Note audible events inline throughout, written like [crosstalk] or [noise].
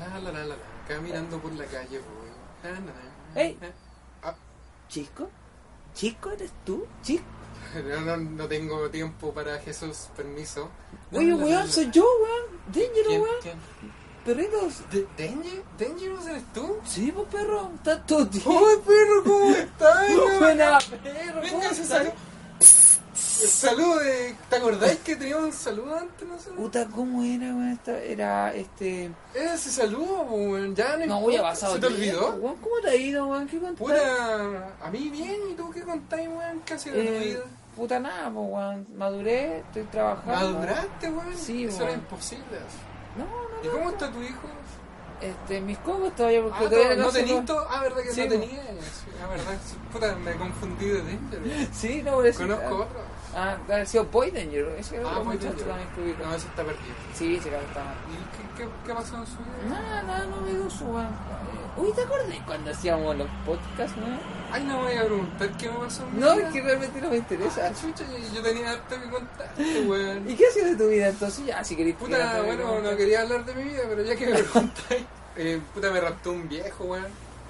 la, la, la, la, caminando por la calle, pues. Na, na, na. ¡Ey! ¿Chico? ¿Chico eres tú? ¿Chico? No, no, no tengo tiempo para Jesús, permiso. Na, Oye, la, la, la, weón, la. soy yo, weón. Danger, ¿Quién? weón. ¿Quién? Perritos. ¿De- ¿Danger? ¿Dangerous eres tú? Sí, pues, perro. Está todo ¡Ay, perro, cómo estás! [laughs] Buena, perro. Venga, ¿Cómo se salió. estás? El saludo de... ¿Te acordáis que teníamos un saludo antes nosotros? Puta, ¿cómo era, weón? Esta- Era, este... Ese saludo, weón, ya no No, importa. voy a pasar. ¿Se te olvidó? Weón, ¿cómo te ha ido, weón? ¿Qué contás? Puta, a mí bien, ¿y tú qué contáis, weón? Casi la Eh, vida. puta nada, pues, weón. Maduré, estoy trabajando. ¿Maduraste, weón? ah, Sí, Eso weón. era imposible. No, no, ¿Y no. cómo está tu hijo? Este, mis cocos todavía, porque Ah, todavía no, no se tenías co- todo. Ah, verdad que Sí, no weón. tenías. Ah, verdad. Puta, me confundí de Danger. Sí, no, por eso. Conozco ah, otro. Ah, debe haber sido Boy Danger. Ese era Ah, otro muy muchacho Danger. también que ubico. No, ese está perdido. Sí, se cabrón está mal. ¿Y qué, qué, qué pasó en su vida? Nada, nada, no me dio su weón. Eh, Uy, ¿te acordás cuando hacíamos los podcasts, no? Ay, no voy a preguntar qué me pasó en mi No, vida. es que realmente no me interesa. Ah, chucha, yo- yo tenía harto que contarte, weón. ¿Y qué ha sido de tu vida entonces? Ya, Ah, si querés. Puta, bueno, no quería hablar de mi vida, pero ya que me preguntáis. [laughs] Eh, puta, me raptó un viejo, weón.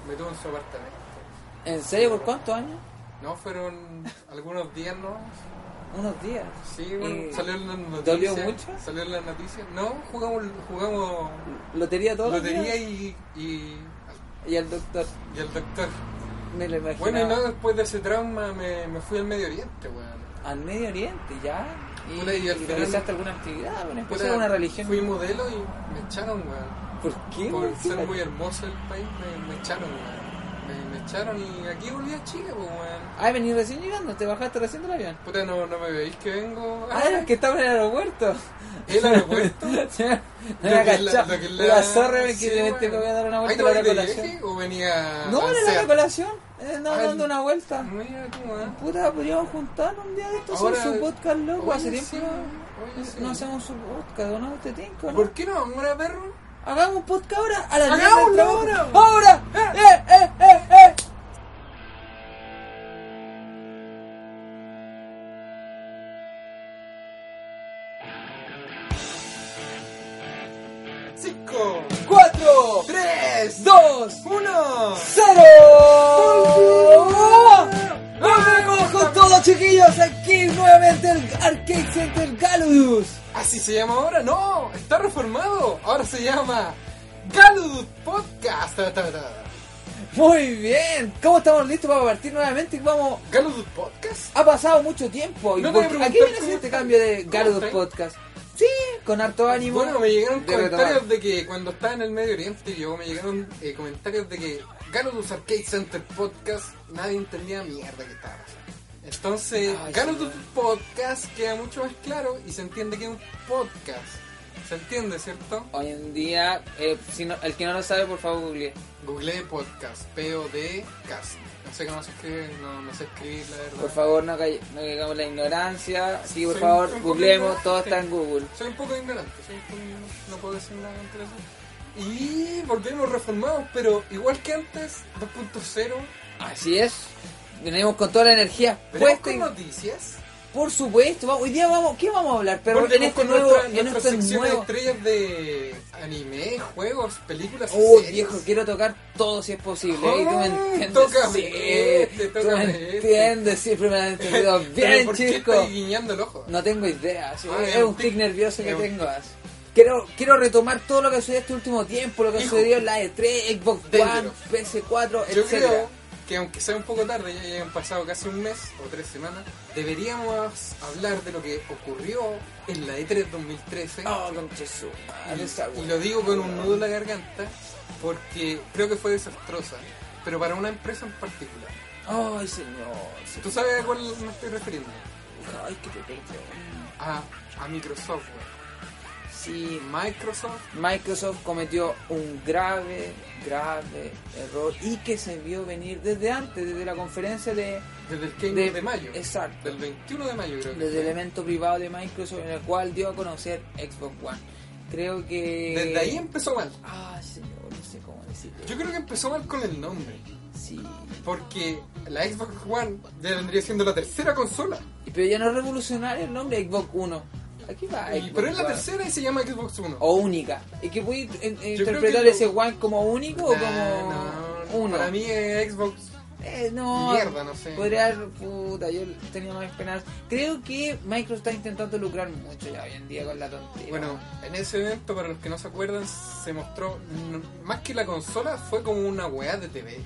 Me tuvo en su apartamento. ¿En serio? ¿Por cuántos años? No, fueron algunos días, ¿no? Unos días. Sí, bueno, Eh, salió en las noticias. ¿dolió mucho? Salió en las noticias. No, jugamos, jugamos Lotería todo. lotería y, y, Y al doctor. y el doctor. Me lo imaginaba. Bueno, y no, después de ese trauma me, me fui al Medio Oriente, weón. Al Medio Oriente, ya. ¿Y, Puta, y al y final- realizaste alguna actividad? ¿Una Puta, especial? ¿Una religión? Fui modelo y me echaron, weón. ¿Por qué? Por weón? ser muy hermoso el país, me, me echaron, weón. Me, me echaron y aquí volví a Chile, pues, weón. Ay, vení Ah, recién llegando, te bajaste recién del avión. Puta, no, no me veis que vengo. Ah, era el que estaba en el aeropuerto. el [laughs] aeropuerto. no [laughs] Lo que me es la- cachaba. lo que es la- La zorra me sí, que me tengo weón. que dar una ¿Ahí vuelta te a la hora vas de de colación. viaje o venía No, a era la hora de Anseat? colación. Andaba Ah, dando una vuelta. Mira tú, weón. Puta, podríamos juntar un día de estos hacer Ahora- su podcast, loco. Oye, Hace tiempo sí, no- oye, sí. no hacemos su podcast, ¿o ¿no? ¿Te tinco, no? ¿Por qué no? ¿Una perro? Hagamos un podcast ahora. A la Hagámoslo ahora. Ahora. Eh, eh, eh, eh. Cinco, 4, tres, 2, uno. 0. Volvemos con todo, chiquillos. Aquí nuevamente el Arcade Center Galudus. ¿Así se llama ahora? No, está reformado. Ahora se llama Galud Podcast. Ta, ta, ta. Muy bien. ¿Cómo estamos listos para partir nuevamente? Vamos. ¿Galud Podcast? Ha pasado mucho tiempo. ¿Y No te por- voy a ¿A preguntar qué viene a cómo ser este está. cambio de ¿Cómo Galudus está? Podcast? Sí, con harto ánimo. Bueno, me llegaron de comentarios retomar. de que cuando estaba en el Medio Oriente, yo me llegaron eh, comentarios de que Galudus Arcade Center Podcast, nadie entendía mierda que estaba pasando. Entonces, Ay, Galudus sí. Podcast queda mucho más claro y se entiende que es un podcast. ¿Se entiende, cierto? Hoy en día, eh, si no- el que no lo sabe, por favor, google. Google podcast, P-O-D-Cast. No sé cómo se escribe, no, no sé escribir, la verdad. Por favor, no, call- no caigamos en la ignorancia. Sí, Soy por un favor, poco googleemos, ignorante. todo está en Google. Soy un poco ignorante, soy un poco ignorante, no puedo decir nada contra eso. Y volvemos reformados, pero igual que antes, 2.0. Así es. Venimos con toda la energía Venimos puesta. con en- noticias. Por supuesto, vamos- hoy día vamos, ¿qué vamos a hablar? Pero volvemos en este con nuevo, nuestra, en nuestra este sección nuevo. de estrellas de anime, juegos, películas. y Uy, series. Oh, viejo, quiero tocar todo si es posible. ¿eh? tú me Ay, entiendes. tócame sí, este, tú tócame me este. entiendes, siempre me has entendido [laughs] Pero bien, ¿por qué chico. estáis guiñando el ojo? No tengo idea, sí, Ah, es un tic nervioso que es un tengo. así. Quiero, quiero retomar todo lo que sucedió este último tiempo, lo que Hijo. sucedió en la E3, Xbox One, Déjelo. PS4, Yo etc. creo que aunque sea un poco tarde, ya hayan pasado casi un mes o tres semanas, deberíamos hablar de lo que ocurrió en la E E3 2013. Oh, conchesu, madre, esa Y wea. lo digo con un nudo en la garganta porque creo que fue desastrosa, pero para una empresa en particular. Ay, señor. sí. ¿Tú sabes a cuál me estoy refiriendo? Ay, qué pecado. A, a Microsoft. weón. Sí, Microsoft, Microsoft cometió un grave, grave error y que se vio venir desde antes, desde la conferencia de desde el Game De- de, mayo. exacto. Del 21 de mayo creo que desde fue. el elemento privado de Microsoft en el cual dio a conocer Xbox One. Creo que Desde ahí em- empezó mal. Ah, señor, no sé cómo decirlo. Yo creo que empezó mal con el nombre. Sí. Porque la Xbox One ya vendría siendo la tercera consola. Y- Pero ya no es revolucionario el nombre Xbox 1. Aquí va. Y- Xbox pero es la One. Oh, tercera y se llama Xbox One. O única. ¿Y que puedes en- creo interpretar que ese lo- One como único o Nah, como no, no. uno? Para mí es Xbox Eh, no. Mierda, no sé. Podría haber, puta, yo tenía más esperanza. Creo que Microsoft está intentando lucrar mucho ya hoy en día con la tontería. Bueno, en ese evento, para los que no se acuerdan, se mostró, mm, más que la consola, fue como una weá de TV,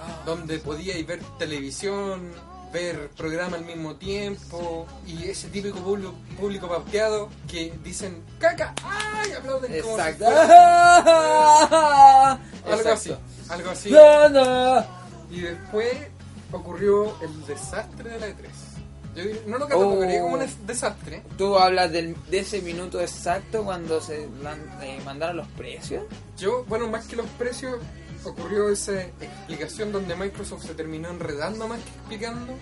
Ah. donde podíais ver televisión, ver programa al mismo tiempo, y ese típico público, público pauteado que dicen, caca, ay, aplauden como si Exacto. fuera- [laughs] Algo así, Exacto. algo así. No, no. Y después ocurrió el desastre de la E3. Yo diría- no lo catalogaría Oh. como un es- desastre, Tú hablas del- de ese minuto exacto cuando se lan- eh, mandaron los precios. Yo, bueno, más que los precios, ocurrió esa explicación donde Microsoft se terminó enredando más que explicando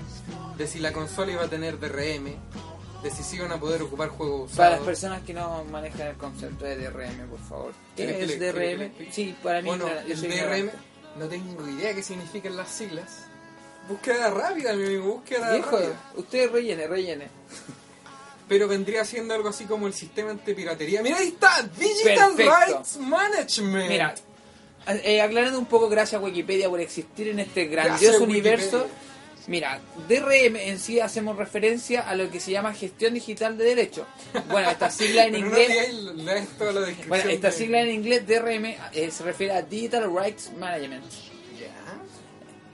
de si la consola iba a tener DRM, de si se iban a poder ocupar juegos Para usados. las personas que no manejan el concepto de DRM, por favor. ¿Quieres ¿Qué que le- es DRM? quieres que le- Sí, para mí bueno, claro, yo el soy DRM, ignorante. no tengo idea qué significan las siglas. Búsqueda rápida, mi amigo, búsqueda Viejo, rápida. usted rellene, rellene. Pero vendría siendo algo así como el sistema antipiratería. ¡Mira, ahí está! Digital Perfecto. Rights Management. Mira, eh, aclarando un poco, gracias a Wikipedia por existir en este Gracias, grandioso Wikipedia. universo. Mira, DRM en sí hacemos referencia a lo que se llama gestión digital de derecho. [laughs] Bueno, esta sigla en Pero no inglés. leáis- leáis toda la descripción. Bueno, esta de- sigla en inglés DRM eh, se refiere a Digital Rights Management. Eh,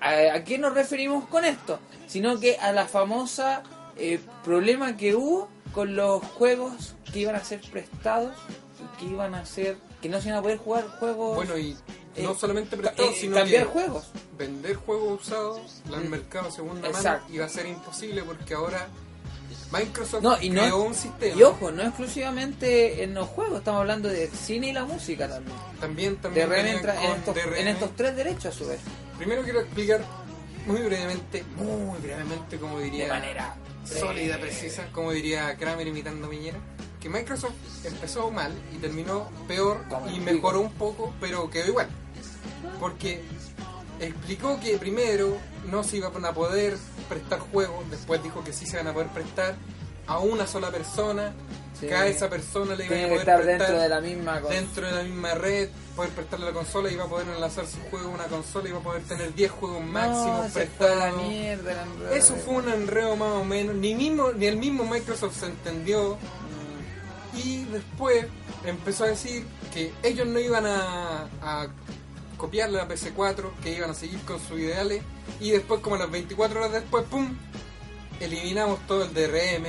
Ya. ¿A, a qué nos referimos con esto? Sino que a la famosa eh, problema que hubo con los juegos que iban a ser prestados y que iban a ser que no se iban a poder jugar juegos Bueno, y no Eh, solamente ca- prestado, eh, sino cambiar que juegos. vender juegos usados al Mm. mercado segunda Exacto. mano iba a ser imposible porque ahora Microsoft No, y no- creó un sistema. Y ojo, no exclusivamente en los juegos, estamos hablando de cine y la música también. también también DRM venían entra en con estos, DRM. en estos tres derechos a su vez. Primero quiero explicar muy brevemente, muy brevemente, como diría. De manera sólida, eh, precisa, como diría Kramer imitando a Piñera, que Microsoft empezó mal y terminó peor Como y el mejoró un poco, pero quedó igual. Porque explicó que primero no se iban a poder prestar juegos, después dijo que sí se van a poder prestar a una sola persona, Sí. cada esa persona le iban a Tiene poder que estar prestar dentro de la misma cosa. dentro de la misma red, poder prestarle la consola, iba a poder enlazar su juego a una consola, iba a poder tener 10 juegos máximos no, se fue a la prestados. mierda. la mierda. Eso fue un enredo más o menos, ni, mismo, ni el mismo Microsoft se entendió Mm, y después empezó a decir que ellos no iban a, a copiar la PC4, que iban a seguir con sus ideales y después como a las 24 horas después, ¡pum! Eliminamos todo el DRM,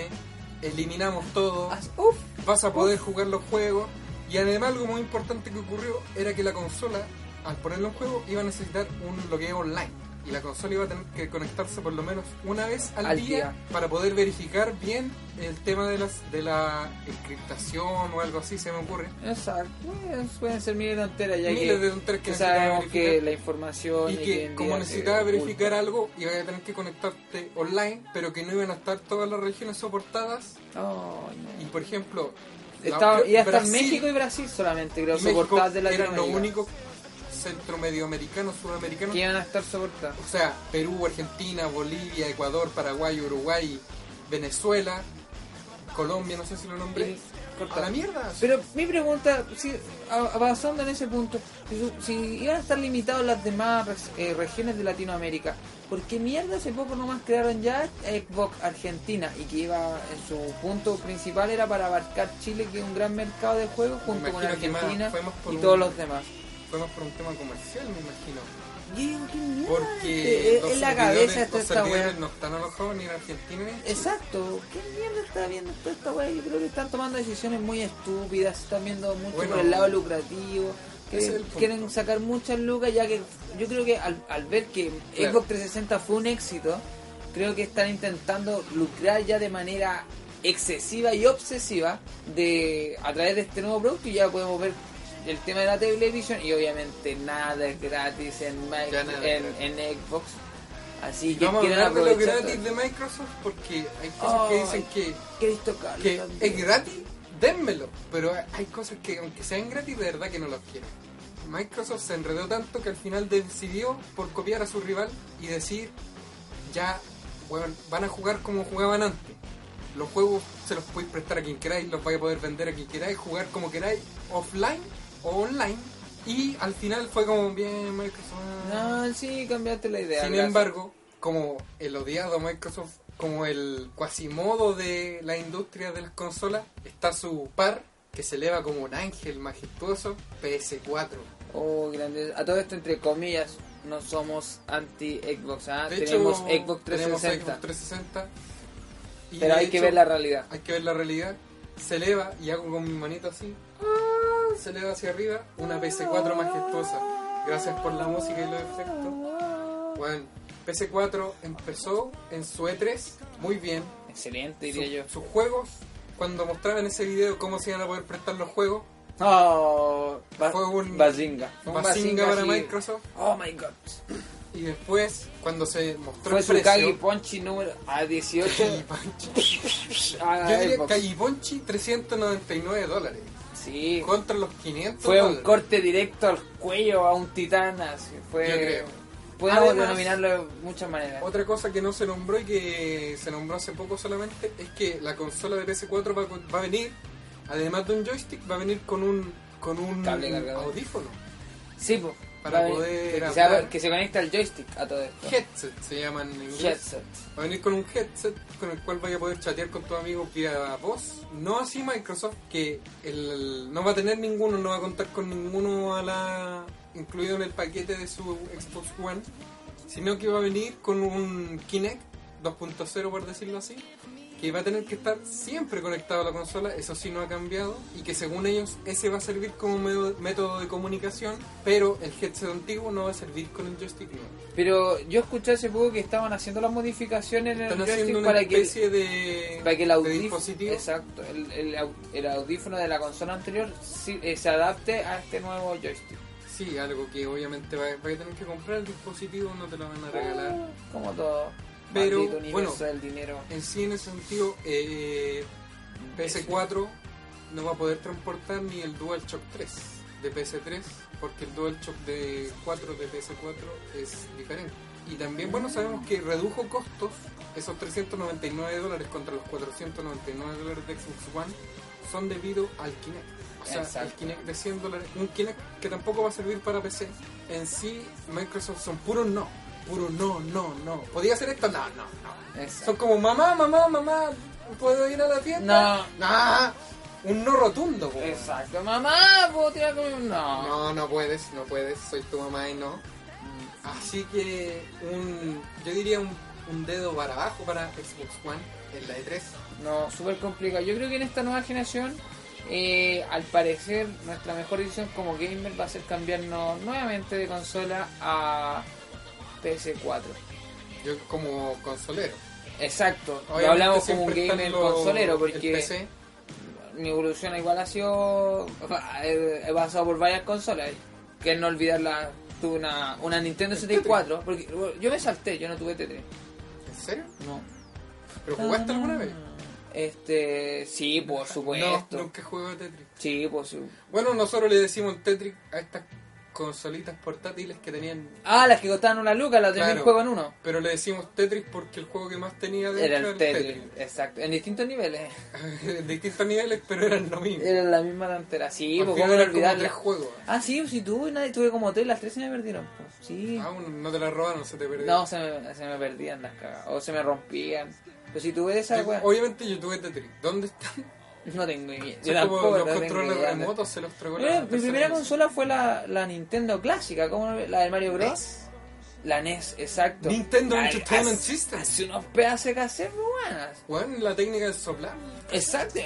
eliminamos todo, as- uf, vas a poder jugar los juegos y además algo muy importante que ocurrió era que la consola, al ponerlo en juego, iba a necesitar un bloqueo online. Y la consola iba a tener que conectarse por lo menos una vez al, Al día, día. para poder verificar bien el tema de las de la encriptación o algo así, se me ocurre. exacto. eh, Pueden ser miles de tonteras ya Miles que, de tonterías que que necesitaba sabemos que verificar. la información Y y que como necesitaba verificar algo, iba a tener que conectarte online, pero que no iban a estar todas las regiones soportadas. Y por ejemplo, la Estaba, otra- y hasta en Brasil- México y Brasil solamente creo Y México soportadas de la eran los únicos centro medioamericanos, sudamericanos. que iban a estar soportadas. O sea, Perú, Argentina, Bolivia, Ecuador, Paraguay, Uruguay, Venezuela, Colombia, no sé si lo nombré. Y- A la mierda. Pero mi pregunta, si, a- avanzando en ese punto, si, si iban a estar limitados las demás eh, regiones de Latinoamérica, ¿por qué mierda hace poco nomás crearon ya Xbox Argentina y que iba en su punto principal era para abarcar Chile, que es un gran mercado de juegos, junto con imagino que más- Argentina fue más por y un- todos los demás? Fuimos por un tema comercial, me imagino. ¿Qué, qué mierda? Porque Eh, los en la servidores- cabeza está los esta servidores weá. no están alojados ni en Argentina ni en Chile. Exacto, ¿qué mierda está viendo toda esta weá? Yo creo que están tomando decisiones muy estúpidas, están viendo mucho Bueno. por el lado lucrativo, que Ese es el punto. quieren sacar muchas lucas, ya que yo creo que al, al ver que Claro. Xbox 360 fue un éxito, creo que están intentando lucrar ya de manera excesiva y obsesiva de a través de este nuevo producto y ya podemos ver el tema de la televisión y obviamente nada es gratis en, Mi- Ya nada es en, en Xbox así que Vamos a quieren hablar de lo aprovechar todo. gratis de Microsoft porque hay cosas que Ay. dicen que Cristo Carlos que también. es gratis, denmelo. Pero hay cosas que, aunque sean gratis, de verdad que no las quiero. Microsoft se enredó tanto que al final decidió por copiar a su rival y decir, ya, weón, van a jugar como jugaban antes. Los juegos se los podéis prestar a quien queráis, los vais a poder vender a quien queráis, jugar como queráis, offline o online. Y al final fue como bien Microsoft. No, sí, cambiaste la idea. Sin gracias. embargo, como el odiado Microsoft, como el cuasimodo de la industria de las consolas, está su par que se eleva como un ángel majestuoso, PS4. Oh, grande. A todo esto, entre comillas, no somos anti-Xbox. ah, De tenemos hecho, Xbox tenemos 360. Xbox 360. Y pero de hay que hecho, ver la realidad. Hay que ver la realidad. Se eleva y hago con mi manito así. ah, Se eleva hacia arriba una PS4 majestuosa. Gracias por la música y los efectos. Bueno, PS4 empezó en su E3 muy bien. Excelente, diría Su- yo. Sus juegos, cuando mostraban ese video cómo se iban a poder prestar los juegos, Oh, ba- Fue un- Bazinga. Fue un Bazinga para así. Microsoft. Oh my god. Y después, cuando se mostró Fue el su precio... Kagi [laughs] Ponchi número a 18 Kagi- a Yo diría Ah, Xbox. Kagi Bonchi, 399 dólares. Sí. Contra los 500 Fue un dólares. corte directo al cuello a un titán. así, Fue... Yo creo. Podemos Además- denominarlo de muchas maneras. Otra cosa que no se nombró y que se nombró hace poco solamente es que la consola de PS4 va, con- va a venir, además de un joystick, va a venir con un con un Cable cargador. audífono, Sí, po. Para Va- poder que, se, hablar. ab- que se conecta al joystick a todo esto. headset se llaman en inglés. Headset. Va a venir con un headset con el cual vaya a poder chatear con tu amigo vía voz. No así Microsoft, que el, no va a tener ninguno, no va a contar con ninguno a la, incluido en el paquete de su Xbox One, sino que va a venir con un Kinect 2.0, por decirlo así, que va a tener que estar siempre conectado a la consola, eso sí no ha cambiado, y que según ellos ese va a servir como me- método de comunicación, pero el headset antiguo no va a servir con el joystick nuevo. Pero yo escuché hace poco que estaban haciendo las modificaciones en Están el haciendo joystick una para que, el- especie de, para que el de audífono, dispositivo. exacto, el, el au- el audífono de la consola anterior sí, eh, se adapte a este nuevo joystick. Sí, algo que obviamente va, va a tener que comprar el dispositivo, no te lo van a regalar. Ah, Como todo. Pero, Maldito universo bueno, del dinero. En sí, en ese sentido, eh, PS4 no va a poder transportar ni el DualShock 3 de PS3, porque el DualShock de 4 de PS4 es diferente. Y también, bueno, sabemos que redujo costos esos 399 dólares contra los 499 dólares de Xbox One son debido al Kinect. O sea, Exacto. el Kinect de 100 dólares, un Kinect que tampoco va a servir para PC. En sí, Microsoft son puros no, puros no, no, no. ¿Podía hacer esto? No, no, no. Exacto. Son como, mamá, mamá, mamá, ¿puedo ir a la fiesta? No. un no rotundo. po. Exacto. Mamá, ¿puedo tirar con No. No, no puedes, no puedes, soy tu mamá y no. Así que un, yo diría un, un dedo para abajo para Xbox One en la E E3. No, súper complicado. Yo creo que en esta nueva generación, eh, al parecer, nuestra mejor decisión como gamer va a ser cambiarnos nuevamente de consola a PS4. Yo como consolero. Exacto, Obviamente lo hablamos como un siempre gamer están los- consolero el porque PC, mi evolución igual ha sido. He pasado por varias consolas. Que no olvidarla, tuve una, una Nintendo El 64. Porque bueno, yo me salté, yo no tuve T3. ¿En serio? No. ¿Pero Ah. jugaste alguna vez? Este, sí, por supuesto. [laughs] No, nunca jugué a Tetris. Sí, por supuesto. Bueno, nosotros le decimos Tetris a estas consolitas portátiles que tenían Ah, las que costaban una luca, las de Claro. mil juegos en uno. Pero le decimos Tetris porque el juego que más tenía dentro Era el Tetris, exacto. En [laughs] distintos niveles. Tetris. En distintos niveles, pero eran lo mismo. Era la misma delantera. Sí, Al pues final cómo no eran como tres olvidarla. juegos. Ah, sí, sí, tuve, nadie, tuve como tres, las tres se me perdieron. pues, Sí. Ah, bueno, no te la robaron, se te perdió. No, se me, se me perdían las cagas. O se me rompían. Pues si tuve esa, Yo- wea, Obviamente yo tuve Tetris. ¿Dónde [laughs] están? [laughs] no tengo idea. Yo Son como tampoco los no tengo controles idea. remotos se los tragó Mira, la mi tercera primera generación. consola fue la, la Nintendo clásica, como la de Mario Bros. La NES, exacto. Nintendo Ay, Entertainment hace- System. Hace unos pedazos pues, que hacer, buenas. Bueno, la técnica de soplar. Exacto.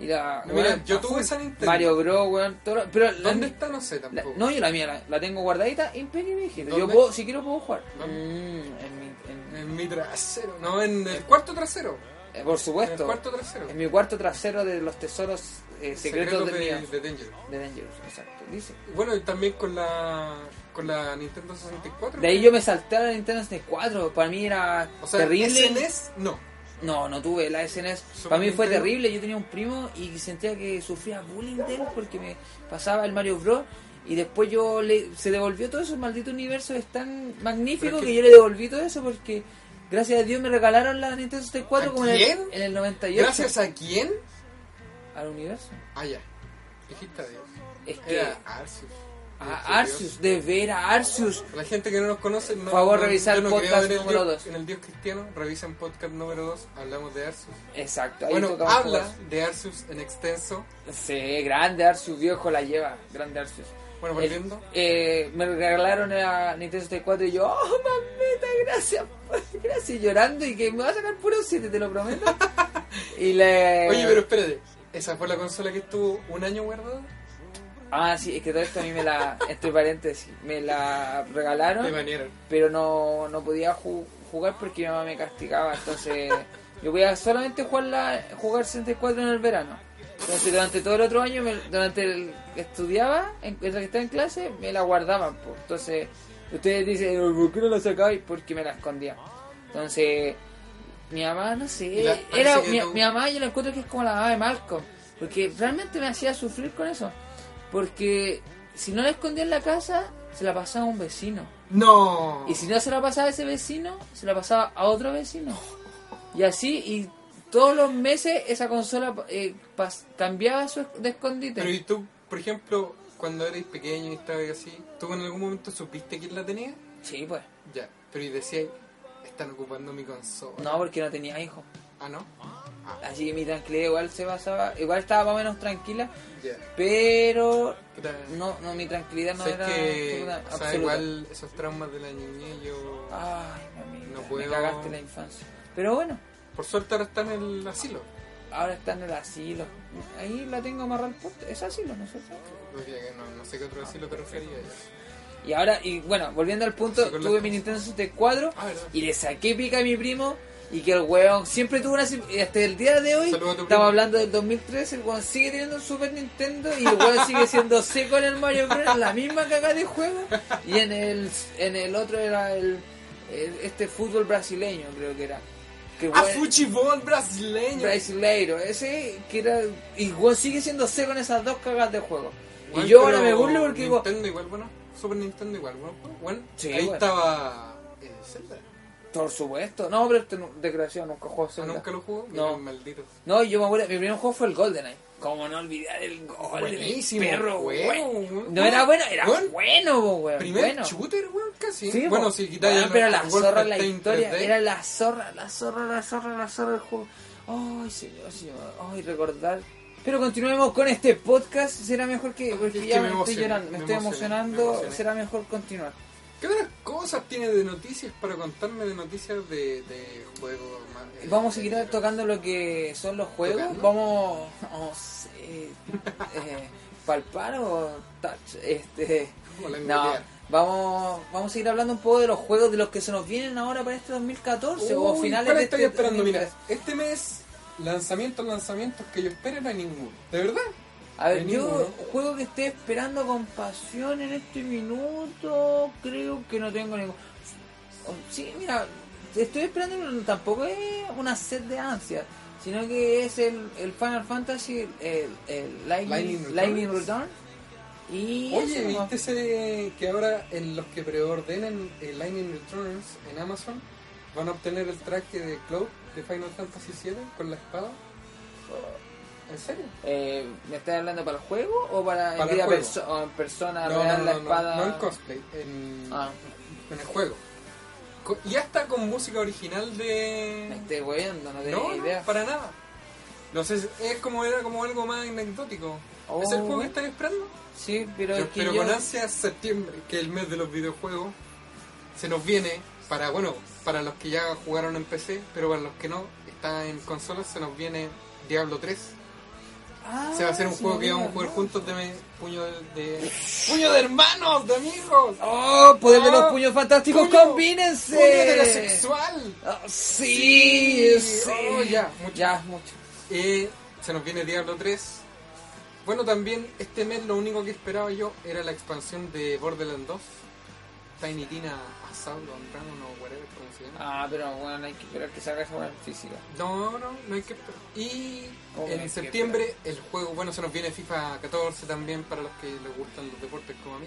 Y la, No, mira, weón, yo a tuve full. esa Nintendo. Mario Bros, weón, todo lo- pero la- ¿Dónde está? No sé la- tampoco. no, yo la mía la, la tengo guardadita impecable. viejito. Yo ¿Dónde? puedo, si quiero puedo jugar. ¿Dónde? Mm, en mi- en- En mi trasero. No, en el cuarto trasero. eh, En por el supuesto. cuarto trasero. En mi cuarto trasero de los tesoros eh, secretos, Secretos de, de, mío. de Danger. De Dangerous, exacto. Dice. Bueno, y también con la, con la Nintendo 64. De ahí yo me salté a la Nintendo 64. Para mí era O sea, terrible. SNES, no. No, no tuve la SNS. Super Para mí fue Nintendo. terrible. Yo tenía un primo y sentía que sufría bullying de él porque me pasaba el Mario Bros. Y después yo le, se devolvió todo eso, el maldito universo es tan magnífico Pero es que... que- yo le devolví todo eso porque Gracias a Dios me regalaron la Nintendo 64 ¿A como en el, quién? en el 98. ¿Gracias a quién? al universo. Ah, ya. Dijiste adiós. Es que Era Arceus. a Ah, Arceus, de ver a Arceus. La gente que no nos conoce, no, Por favor, no- revisar yo no creo podcast en el número Dios- dos. En el Dios cristiano, revisen podcast número 2, hablamos de Arceus. Exacto, ahí bueno, tocamos habla jugar. de Arceus en extenso. Sí, grande Arceus, viejo la lleva. Grande Arceus. Bueno, El- volviendo. eh, me regalaron la Nintendo 64 y yo, oh, mamita, gracias, [laughs] gracias, llorando y que me va a sacar puro 7, te lo prometo. y le... Oye, pero espérate, ¿esa fue la consola que estuvo un año guardada? Ah, sí, es que todo esto a mí me la, entre paréntesis, me la De regalaron, manera. pero no, no podía ju- jugar porque mi mamá me [laughs] castigaba, entonces yo podía solamente jugarla, jugar 64 en el verano. Entonces durante todo el otro año, me- durante el que estudiaba, en, mientras que estaba en clase, me la guardaban. po. Entonces ustedes dicen, ¿por qué no la sacáis? Porque me la escondía. Entonces mi mamá, no sé, Y la- era, parece que mi, tú- mi mamá yo la encuentro que es como la mamá de Malcolm, porque realmente me hacía sufrir con eso. Porque si no la escondía en la casa, se la pasaba a un vecino. No. Y si no se la pasaba a ese vecino, se la pasaba a otro vecino. Y así, y todos los meses esa consola eh, pas- cambiaba su es- de escondite. Pero y tú, por ejemplo, cuando eres pequeño y estabas así, ¿tú en algún momento supiste quién la tenía? Sí, pues. Ya, pero y decías, están ocupando mi consola. No, porque no tenía hijos. Ah, ¿no? Así que mi tranquilidad igual se basaba, igual estaba más o menos tranquila, Ya. pero Puta, no, no mi tranquilidad no sé era que, absoluta- o sea, absoluta. igual esos traumas de la niñez yo... Ay, mamita, No me puedo- cagaste la infancia. Pero bueno, Por suerte ahora está en el asilo. ahora está en el asilo. Ahí la tengo amarrada al poste. Es asilo, ¿no es cierto? Porque No, no sé qué otro asilo te refería Ah, ya. Y ahora, y bueno, volviendo al punto, Sí, con tuve la- mi Nintendo 64 Ah, verdad. y le saqué pica a mi primo y que el weón siempre tuvo una... sim- y Hasta el día de hoy, Saluda a tu estamos primo. hablando del 2013, el weón sigue teniendo un Super Nintendo y el weón sigue siendo seco en el Mario Bros, la misma cagada de juego. Y en el, en el otro era el, el- este fútbol brasileño, creo que era. Que el ¡A weón- Fuchibol brasileño! brasileiro, ese que era... Y weón sigue siendo seco en esas dos cagadas de juego. Bueno, y yo pero ahora me burlo porque digo... Nintendo igual, bueno. Super Nintendo igual, bueno. bueno Sí, ahí bueno. estaba... eh, Zelda. Por supuesto, no, pero este nu- desgraciado nunca jugó a Ah, Zelda. ¿Nunca lo jugó? Mira, No. maldito. No, yo me acuerdo, mi primer juego fue el GoldenEye. Como no olvidar el GoldenEye. Buenísimo perro, juego, bueno. weón. No era bueno, era Weón. bueno, po, weón. Primer bueno. shooter, weón, casi. Sí, bueno, po. si quitáis Weón, el- pero la el zorra la Wolfenstein historia, 3D. era la zorra, la zorra, la zorra, la zorra del juego. Ay, señor, señor, ay, recordar. Pero continuemos con este podcast, será mejor que... Porque Es que ya me me, estoy emocioné, llorando, me, me estoy emocioné, emocionando, me emocioné. será mejor continuar. ¿Qué otras cosas tiene de noticias para contarme de noticias de, de juegos? más, eh, Vamos a seguir etcétera? tocando lo que son los juegos. ¿Tocando? Vamos, vamos eh, eh, palpar o touch. Este, Como la no, engolear. vamos, vamos a seguir hablando un poco de los juegos de los que se nos vienen ahora para este 2014 o Uy, finales ¿cuál de estoy este esperando? Mira, 2013. este mes, lanzamientos, lanzamientos que yo espero no hay ninguno. ¿De verdad? A ver, Venimos, yo ¿no? juego que esté esperando con pasión en este minuto, creo que no tengo ningún. Sí, mira, estoy esperando, pero tampoco es una sed de ansia, sino que es el, el Final Fantasy, el, el Lightning Lightning, Lightning Returns. Return. Y Oye, eso nomás. ¿viste ese que ahora en los que preordenen el Lightning Returns en Amazon van a obtener el traje de Cloud de Final Fantasy VII con la espada? ¿En serio? Eh, ¿me estás hablando para el juego o para, Para en el vida juego. perso- o en persona No, no, real Ah, la no, no, espada? no en cosplay, en, Ah, en el juego. Co- Y hasta con música original me de... estoy weando, no tengo No, no, idea. para nada. No sé, es como era como algo más anecdótico. Oh, ¿Es el juego que bueno. están esperando? Sí, pero Yo es que espero yo- con ansia septiembre, que es el mes de los videojuegos se nos viene para, bueno, para los que ya jugaron en PC, pero para los que no, está en consolas, se nos viene Diablo 3. Ah, se va a hacer un sí, juego me que vamos a acuerdo. jugar juntos de me- puño de, de- ¡Puño de hermanos, de amigos! ¡Oh! ¡Poder de Ah, los puños fantásticos! puño- ¡Combínense! ¡Puño heterosexual! Ah, sí, Sí, sí. oh, ya, mucho. Ya, mucho. Eh, se nos viene Diablo 3. Bueno, también este mes lo único que esperaba yo era la expansión de Borderlands 2. Tiny Tina Assault on Dragon o whatever, como se llama. Ah, pero bueno, hay que esperar que salga esa buena física. No, no, no hay que esperar. Y ¿Cómo Oh, hay que en septiembre el juego, bueno, se nos viene FIFA 14 también para los que les gustan los deportes como a mí.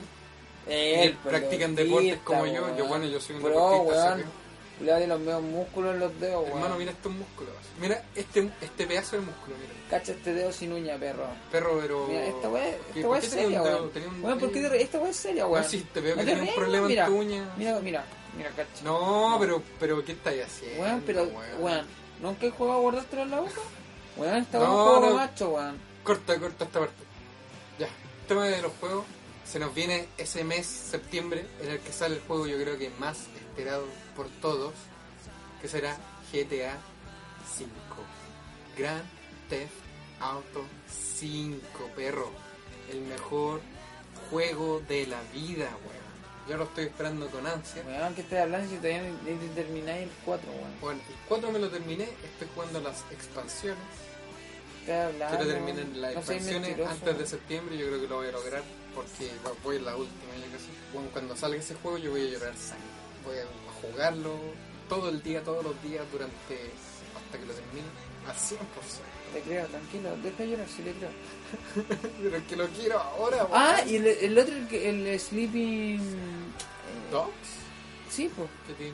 Y Él, practican deportes como yo. Yo, bueno, yo soy un deportista, así que- Le vale los medios músculos en los dedos, weón. Hermano, mira estos músculos. Mira este, este pedazo de músculo, mira. Cacha este dedo sin uña, perro. Perro, pero. Mira, esta weá esta ¿Qué- weá Oh. por es qué tenía seria, un dedo? weón. Tenía un- Weón, ¿por qué te re- esta weá es seria, weón? No, sí, te veo que te tenía un rías, problema mira. en tu uña. Mira, mira, mira, cacha. No, pero, pero ¿qué estáis haciendo? Weón, pero, weón, ¿nunca he jugado a guardártelo en la boca? Weón, esta weá es No, un juego de no. macho, weón. Corta, corta esta parte. Ya, tema de los juegos. Se nos viene ese mes, septiembre, en el que sale el juego yo creo que más esperado por todos, que será GTA 5. Grand Theft Auto 5, perro. El mejor juego de la vida, weón. Yo lo estoy esperando con ansia. Weón, ¿qué estás hablando si todavía ni- ni te termináis el 4, weón? Bueno, el 4 me lo terminé, estoy jugando las expansiones. Estás hablando. Quiero weón. terminar las No seas expansiones mentiroso, antes de weón. septiembre. Yo creo que lo voy a lograr porque va- voy en la última. ya casi. Bueno, cuando salga ese juego, yo voy a llorar sangre. Voy a jugarlo todo el día, todos los días, durante hasta que lo termine al 100%. Te creo, tranquilo, deja llorar si le creo. [laughs] Pero es que lo quiero ahora. Ah, weón. y el, el otro, el, que- el Sleeping. eh, Dogs? Sí, pues. ¿Qué tiene?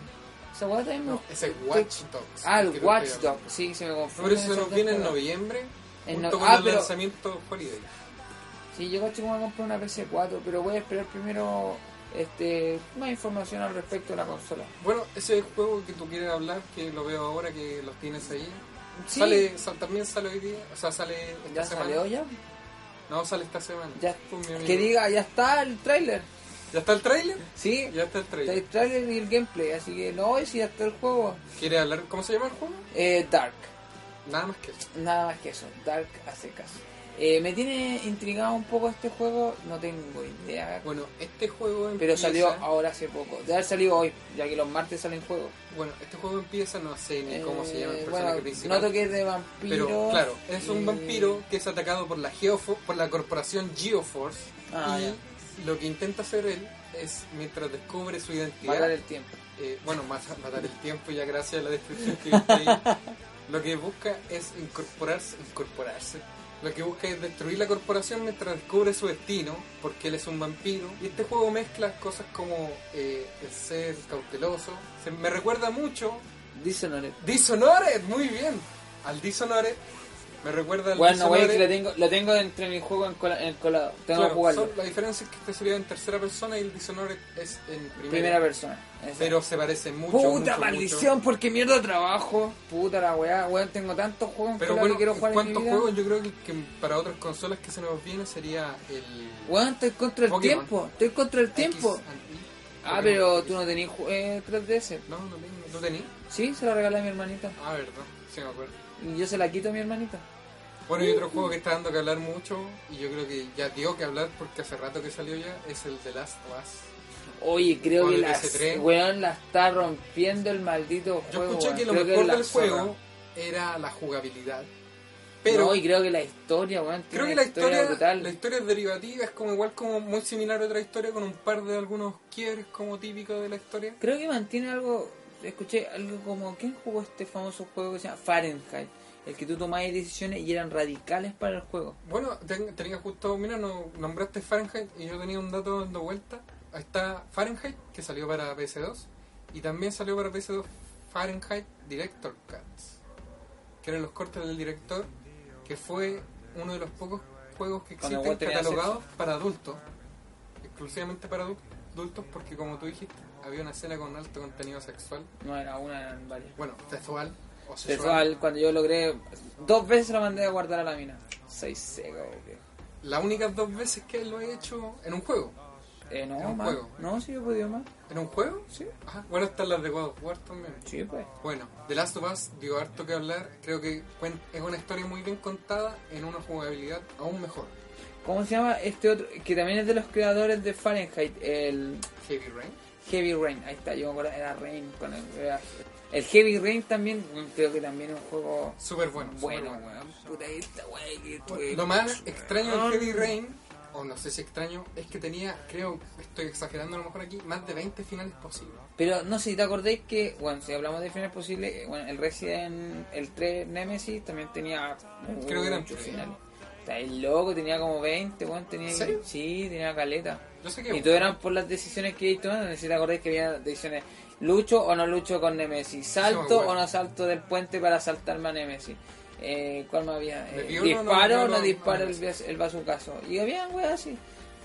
Esa weá también me No, ese Watch Dogs. Ah, el que no Watch estoy Dogs, hablando. sí, se me confunde. Por eso se nos viene en noviembre, En junto no- con ah, el pero- lanzamiento Holiday. Sí, yo cacho que me voy a comprar una PS4, pero voy a esperar primero este, más información al respecto de la consola. Bueno, ese juego que tú quieres hablar, que lo veo ahora, que los tienes ahí. Sí, Sale, sal- también sale hoy día, o sea, sale esta ya semana. salió ya. No, sale esta semana. Ya. Pum, mi amigo. Que diga, ya está el tráiler. ¿Ya está el trailer? Sí, Ya está el está trailer. el tráiler y el gameplay, así que no, y si ya está el juego. ¿Quiere hablar? ¿Cómo se llama el juego? Eh, Dark, Nada más que eso. nada más que eso, Dark a secas. Eh, me tiene intrigado un poco este juego, no tengo idea. Bueno, este juego Pero empieza... salió ahora hace poco, de haber salido hoy, ya que los martes salen juegos. Bueno, este juego empieza, no sé ni cómo se llama el Eh, personaje bueno, principal. Noto que es de Eh, vampiro. Pero claro, es un y- vampiro que es atacado por la Geofo por la corporación Geoforce Ah, y ya. lo que intenta hacer él es mientras descubre su Parar identidad, el tiempo. eh, bueno, más matar el tiempo ya gracias a la descripción que viste [laughs] ahí, lo que busca es incorporarse, incorporarse. Lo que busca es destruir la corporación mientras descubre su destino, porque él es un vampiro. Y este juego mezcla cosas como eh, el ser cauteloso. Se, me recuerda mucho Dishonored. Dishonored, muy bien. Al Dishonored me recuerda al Bueno, güey, Dishonored. que lo tengo, lo tengo entre mi juego en, cola- en el colado. Tengo que Claro, jugarlo. son- la diferencia es que este sería en tercera persona y el Dishonored es en primera. Primera persona. Ese. pero se parece mucho. Puta mucho, maldición, porque mierda trabajo. Puta la weá, weón, tengo tantos mucho. juegos en Pero colado bueno, que quiero en jugar en mi cuanto a vida. juegos, yo creo que, que para otras consolas que se nos viene sería el. Weón, estoy contra el Pokémon. tiempo. Estoy contra el tiempo. X and Y. ah, Pokémon pero X. tú no tenías ju- eh, 3DS. No, no tengo. ¿Tú tenías? Sí, se lo regalé a mi hermanita. Ah, verdad. Sí, me acuerdo. Y yo se la quito a mi hermanita. Bueno, y Uh. otro juego que está dando que hablar mucho, y yo creo que ya dio que hablar porque hace rato que salió ya, es el The Last of Us. Oye, creo Con que el la, PS3. weón, la está rompiendo el maldito Yo juego. escuché weón. que lo Creo mejor la del zorra. juego era la jugabilidad. Pero No, y creo que la historia, weón. tiene creo que una la historia, brutal. la historia es derivativa, es como igual como muy similar a otra historia con un par de algunos quiebres como típico de la historia. Creo que mantiene algo. Escuché algo como. ¿Quién jugó este famoso juego que se llama Fahrenheit? El que tú tomabas decisiones y eran radicales para el juego. Bueno, ten- tenía justo, mira, no, nombraste Fahrenheit y yo tenía un dato dando vuelta. Ahí está Fahrenheit, que salió para PS2, y también salió para PS2 Fahrenheit Director Cuts, que eran los cortes del director, que fue uno de los pocos juegos que Cuando existen vos tenías catalogados para adultos, exclusivamente para adu- adultos, porque como tú dijiste, había una escena con alto contenido sexual, No era una, eran varias. bueno, sexual o sexual. Sexual, cuando yo logré. Dos veces lo mandé a guardar a la mina. Soy seco, viejo. Las únicas dos veces que lo he hecho en un juego. Eh, Es no, un más. juego. No, sí, yo he podido más. ¿En un juego? Sí. Ah, bueno, están las de God of War también. Sí, pues. Bueno, The Last of Us dio harto que hablar. Creo que cuen- es una historia muy bien contada en una jugabilidad aún mejor. ¿Cómo se llama este otro? Que también es de los creadores de Fahrenheit, el Heavy Rain. Heavy Rain. Ahí está, yo me acuerdo, era Rain. Con el, era- el Heavy Rain también, creo que también es un juego Súper bueno. súper bueno, weón. Puta esta, weón. que tuve- Lo más extraño del Heavy Rain, o no sé si extraño, es que tenía, creo, estoy exagerando a lo mejor aquí, más de 20 finales posibles. Pero no sé si te acordáis que, bueno, si hablamos de finales posibles, eh, bueno, el Resident, el 3 Nemesis también tenía Creo que eran muchos tres. finales. Está el loco, tenía como 20, weón. Tenía, ¿En serio? Sí, tenía caleta. Yo sé que... Y todo eran por las decisiones que he tomado. No sé si te acordáis que había decisiones lucho o no lucho con Nemesis, Sí, salto bueno. o no salto del puente para saltarme a Nemesis. Eh, ¿Cuál más había? ¿Le Eh, pidió uno, disparo no, o no, no, no, disparo no, el, bas- el bazucazo. Y había weas así.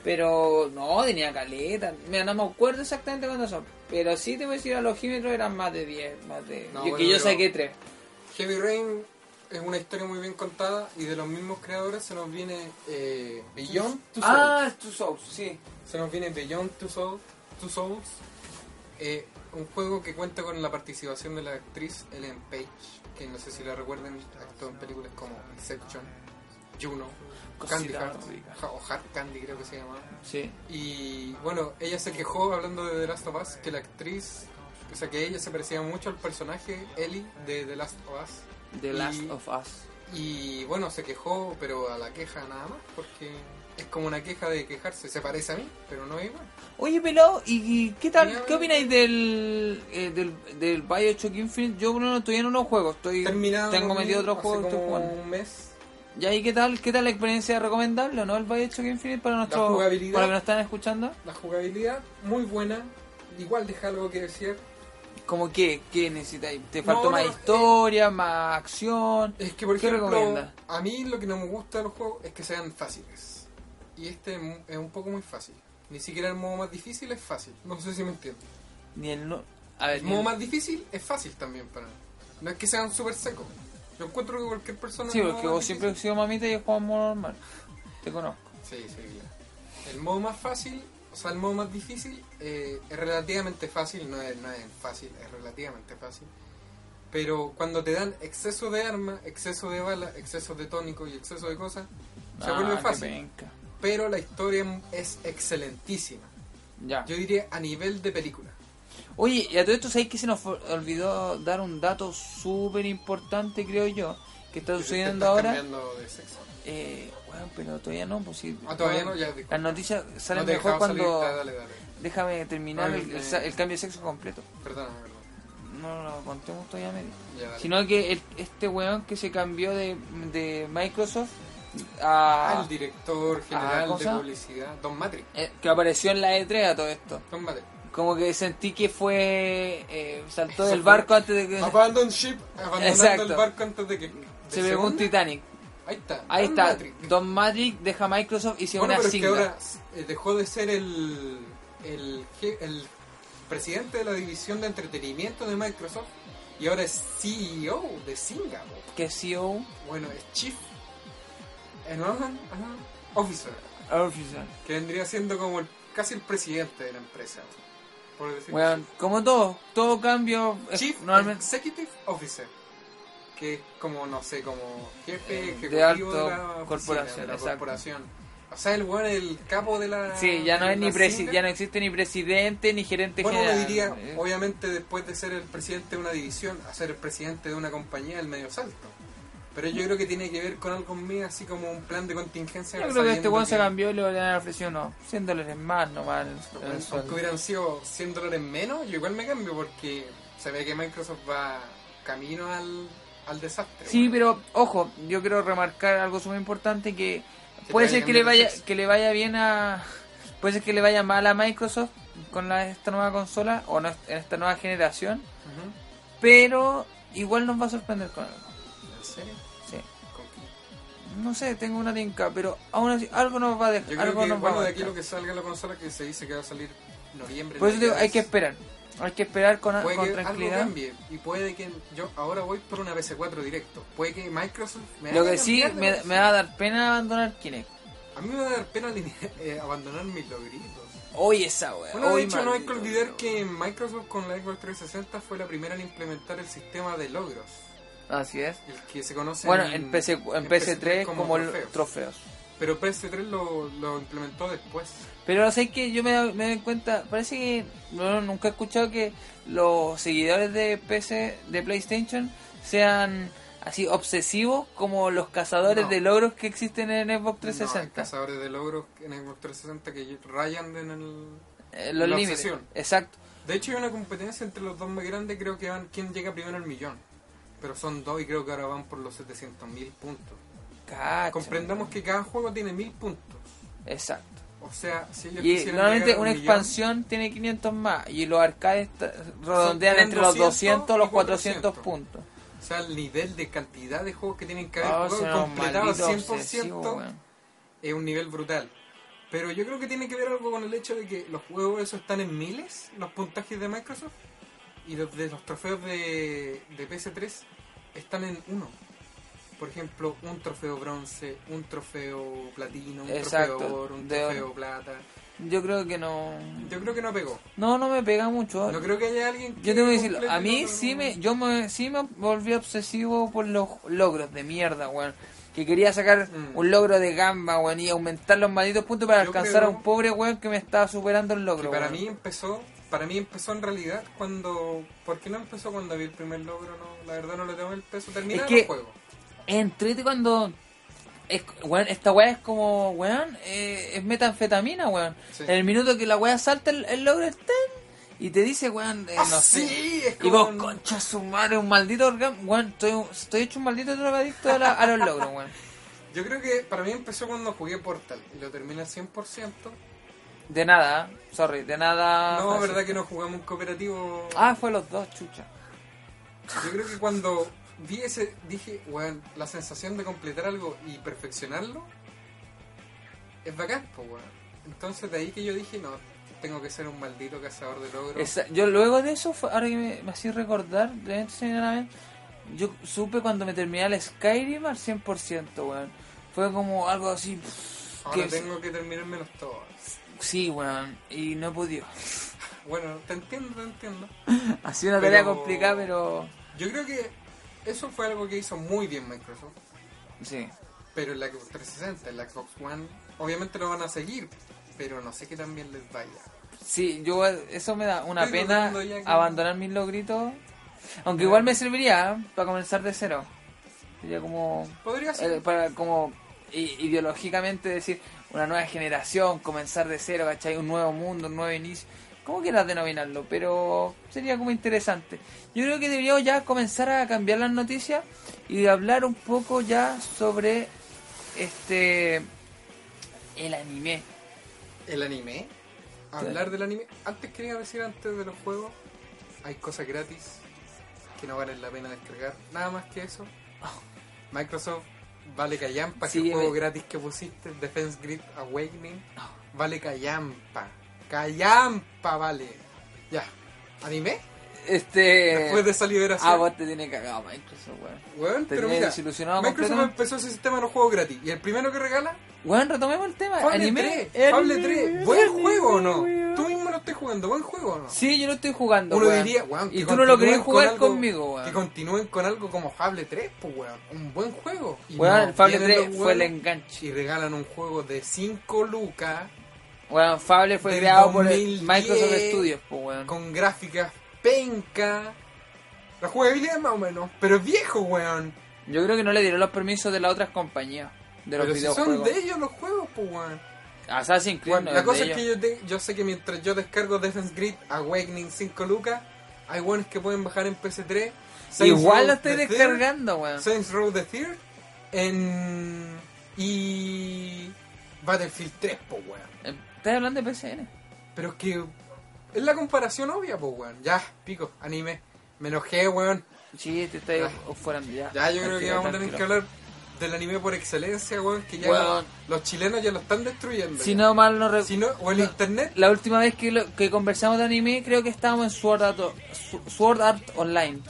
Pero no, tenía caleta. Mira, no me acuerdo exactamente cuándo son. Pero sí te voy a decir, a los jímetros eran más de 10. Más de... No, yo, bueno, que yo pero- saqué 3. Heavy Rain es una historia muy bien contada y de los mismos creadores se nos viene eh, Beyond Two Souls. Ah, Two Souls, sí. Se nos viene Beyond Two Souls. Two Souls eh, un juego que cuenta con la participación de la actriz Ellen Page, que no sé si la recuerden, actuó en películas como Inception, Juno, Candy Cosita Heart, rica. ja- o Hard Candy creo que se llamaba. Sí. Y bueno, ella se quejó hablando de The Last of Us que la actriz, o sea que ella se parecía mucho al personaje Ellie de The Last of Us. The Last Y- of Us. Y bueno, se quejó, pero a la queja nada más, porque es como una queja de quejarse. Se parece a mí, pero no es igual. Oye, pelado, ¿y qué Mira, tal? ¿Qué mira. opináis del, eh, del, del Bioshock Infinite? Yo no, todavía no lo juego, estoy Terminado. tengo metido otro hace juego, estoy como jugando. un mes. ¿Y ahí qué tal? ¿Qué tal la experiencia recomendable o no el Bioshock Infinite para nuestros para los que jugabilidad. nos están escuchando? La jugabilidad, muy buena. Igual deja algo que decir. ¿Cómo qué? ¿Qué necesitáis? ¿Te faltó No, eh, más no, historia, más acción? Es que, por ¿Qué ejemplo, recomiendas? a mí lo que no me gusta de los juegos es que sean fáciles. Y este es mu- es un poco muy fácil. Ni siquiera el modo más difícil es fácil. No sé si me entiendes. Ni el no... A ver, El ni modo el- más difícil es fácil también para mí. No es que sean súper secos. Yo encuentro que cualquier persona. Sí, el porque modo vos más siempre has sido mamita y has jugado en modo normal. Te conozco. Sí, sí, claro. El modo más fácil, o sea, el modo más difícil eh, es relativamente fácil, no es, no es fácil, es relativamente fácil. Pero cuando te dan exceso de arma, exceso de bala, exceso de tónico y exceso de cosas, se Ah, vuelve qué fácil. penca. Pero la historia es excelentísima. Ya. Yo diría a nivel de película. Oye, y a todo esto, ¿sabéis que se nos for- olvidó dar un dato súper importante, creo yo, que está sucediendo Estás ahora? cambiando de sexo. Eh, bueno, pero todavía no, pues sí. Ah, todavía no, ya, disculpa. Las noticias salen No te mejor dejaba salir, cuando... dale, dale, dale. Déjame terminar Ay, el, el eh. sa- el cambio de sexo completo. Perdóname, perdón. No lo contemos todavía a medio. Ya, dale. Sino que el- este weón que se cambió de, de Microsoft a... Al Ah, director general ah, ¿cómo se de llama? publicidad, Don Matrix. eh, que apareció en la E3 a todo esto. Don Matrix. Como que sentí que fue... eh, saltó Eso del fue. barco antes de que... Abandon ship, abandonando Exacto. el barco antes de que. Se ¿de pegó un segunda? Titanic. Ahí está. Ahí Don está, Matrix. Don Magic deja Microsoft y se bueno, une a pero es que Zynga. ahora eh, dejó de ser el, el, je- el presidente de la división de entretenimiento de Microsoft y ahora es CEO de Singapur. Que CEO, Bueno, es Chief eh, no, ajá, ajá, Officer, Officer. que vendría siendo como el- casi el presidente de la empresa. Por decirlo Weón, como todo, todo cambio así. es Chief normalmente Executive Officer. Que es como, no sé, como jefe Eh, ejecutivo de alto la oficina, corporación, de la exacto. corporación. O sea, el weón es el capo de la. Sí, ya no de es ni la presi Zynga. ya no existe ni presidente ni gerente Bueno, uno general. diría, Eh, obviamente, después de ser el presidente de una división, a ser el presidente de una compañía, el medio salto. Pero yo creo que tiene que ver con algo mío, así como un plan de contingencia. Mm. Yo creo que este sabiendo weón se que- cambió y le han ofrecido unos 100 dólares más nomás. en- en el sueldo. Aunque hubieran sido 100 dólares menos, yo igual me cambio porque se ve que Microsoft va camino al, al desastre. Sí, weón. pero ojo, yo quiero remarcar algo súper importante que Que puede te ser vayan que le bien los vaya sexos. que le vaya bien a puede ser que le vaya mal a Microsoft con la- esta nueva consola o no, en esta nueva generación, Ujú. pero igual nos va a sorprender con algo. ¿En serio? Sí. ¿Con qué? No sé, tengo una tinca, pero aún así algo nos va a Yo dejar, creo algo que nos bueno, va a de aquí marcar. lo que salga la consola que se dice que va a salir noviembre. Por eso te digo, hay que navidades, esperar. Hay que esperar con, Puede con que algo tranquilidad. cambie y puede que yo ahora voy por una PC4 directo. Puede que Microsoft me Lo haga que sí cambiar de me, PC. me va a dar pena abandonar Kinect. a mí me va a dar pena alinear- [laughs] eh, abandonar mis logritos. Hoy esa wea. Bueno, Eh, hoy de hecho, no hay que maldito, olvidar wea. que Microsoft con la Xbox 360 fue la primera en implementar el sistema de logros, Así es. el que se conoce Bueno, en, PC, en PS3 como, el- trofeos. trofeos. Pero PS3 lo, lo implementó después. Pero sé que yo me, me doy cuenta, parece que no, nunca he escuchado que los seguidores de PC, de PlayStation, sean así obsesivos como los cazadores No. de logros que existen en Xbox No, hay 360. cazadores de logros en Xbox 360 que rayan en el... Eh, los La límites. obsesión. Exacto. De hecho, hay una competencia entre los dos más grandes, creo que van quién llega primero al millón. Pero son dos y creo que ahora van por los 700.000 puntos. Cacha. Comprendamos que cada juego tiene 1000 puntos. Exacto. O sea, si ellos Y quisieran normalmente llegar a una un millón, expansión tiene 500 más y los arcades ta- redondean tienen entre los 200 200 y los y 400, 400. puntos. O sea, el nivel de cantidad de juegos que tienen que haber Oh, jugado son unos completado al malditos 100% obsesivos, weón. es un nivel brutal. Pero yo creo que tiene que ver algo con el hecho de que los juegos esos están en miles, los puntajes de Microsoft, y los de los trofeos de, de PS3 están en uno. Por ejemplo, un trofeo bronce, un trofeo platino, un Exacto, trofeo oro, un de oro. trofeo plata. Yo creo que no. Yo creo que no pegó. No, no me pega mucho. No creo que haya alguien Yo tengo que decirlo, a mí sí me, me yo me, sí me volví obsesivo por los logros de mierda, weón. Que quería sacar Mm. un logro de gamba, weón, y aumentar los malditos puntos para Yo alcanzar a creo- un pobre weón que me estaba superando el logro. Que para weón. mí empezó, para mí empezó en realidad cuando, ¿por qué no empezó cuando vi el primer logro? No, la verdad no le tengo el peso. Terminé Es el que- juego. es entrete cuando. Es, weón, esta weá es como, weón, eh, es metanfetamina, weón. Sí. En el minuto que la weá salta el, el logro está y te dice, weón, eh, Ah, no sí, sé. es y vos, como- concha su madre, un maldito orgasmo. Weón, estoy, estoy hecho un maldito drogadicto a, la- a los logros, weón. Yo creo que para mí empezó cuando jugué Portal y lo terminé al 100%. De nada, ¿eh? sorry, de nada. no, Francisco. verdad que no jugamos un cooperativo. Ah, fue los dos, chucha. Yo creo que cuando vi ese, dije, weón, la sensación de completar algo y perfeccionarlo es bacán, po, weón. Entonces de ahí que yo dije, no, tengo que ser un maldito cazador de logros. Esa- yo luego de eso, fue- ahora que me, me hacía recordar, de- sinceramente, yo supe cuando me terminé el Skyrim al 100%, weón. Fue como algo así. pff, Ahora que- tengo que terminármelos todos. Sí, weón, y no he podido. Bueno, te entiendo, te entiendo. [laughs] Ha sido una Pero- tarea complicada, pero. Yo creo que eso fue algo que hizo muy bien Microsoft. Sí. Pero en la Xbox 360, en la Xbox One, obviamente lo van a seguir, pero no sé qué tan bien les vaya. Sí, yo eso me da una Estoy pena dudando ya que- abandonar mis logritos. Aunque igual me serviría ¿eh? para comenzar de cero. Sería como Podría Eh, ser. para como i- ideológicamente decir una nueva generación, comenzar de cero, ¿cachai? Un nuevo mundo, un nuevo inicio. ¿Cómo quieras denominarlo? Pero sería como interesante. Yo creo que deberíamos ya comenzar a cambiar las noticias y hablar un poco ya sobre este el anime. El anime. Hablar del anime. Antes quería decir, antes de los juegos, hay cosas gratis que no valen la pena descargar. Nada más que [laughs] eso. Microsoft vale callampa. ese Sígueme. juego gratis que pusiste, Defense Grid Awakening, Ah. vale callampa. Callampa, vale. Ya. ¿Anime? Este Después de esa liberación. Ah, vos te tiene cagado Microsoft, weón. Weón, Te pero tiene mira, desilusionado Microsoft completamente. empezó ese sistema de los juegos gratis. Y el primero que regala, Weón, retomemos el tema. Fable anime. 3. Fable Anime, 3. Buen anime, juego o no? weón. Tú mismo lo estás jugando, buen juego o no? Sí, yo lo estoy jugando. Uno weón. diría, weón, Y que tú no lo querías continúen con jugar algo- conmigo, Que weón. continúen con algo como Fable 3, pues weón. Un buen juego. Y Weón, no, el Fable vienen 3 los fue el weones enganche. Y regalan un juego de 5 lucas Weón, Fable fue Del creado por el 2010. Microsoft Studios, pues, weón. con gráficas penca. La jugabilidad más o menos, pero es viejo, weón. Yo creo que no le dieron los permisos de las otras compañías de los Pero si son videojuegos. de ellos los juegos, pues weón. Assassin's Creed Bueno, no la es cosa de es que ellos. yo, te- yo sé que mientras yo descargo Defense Grid Awakening 5 lucas, hay buenos que pueden bajar en PS3. Saints Igual Row lo estoy The Third, descargando, weón. Saints Row the Third en... y Battlefield 3, po weón. Estás hablando de PCN. Pero es que es la comparación obvia, po weón. Ya, pico, anime. Me enojé, weón. Sí, te estoy ofurando ya. Ya, yo creo que Tranquilo, vamos a tener que tranquilo. hablar del anime por excelencia, weón, que ya Weón. los chilenos ya lo están destruyendo. Si ya. no mal no recuerdo. si no o el internet La última vez que, lo- que conversamos de anime creo que estábamos en Sword Art, O- Su- Sword Art Online.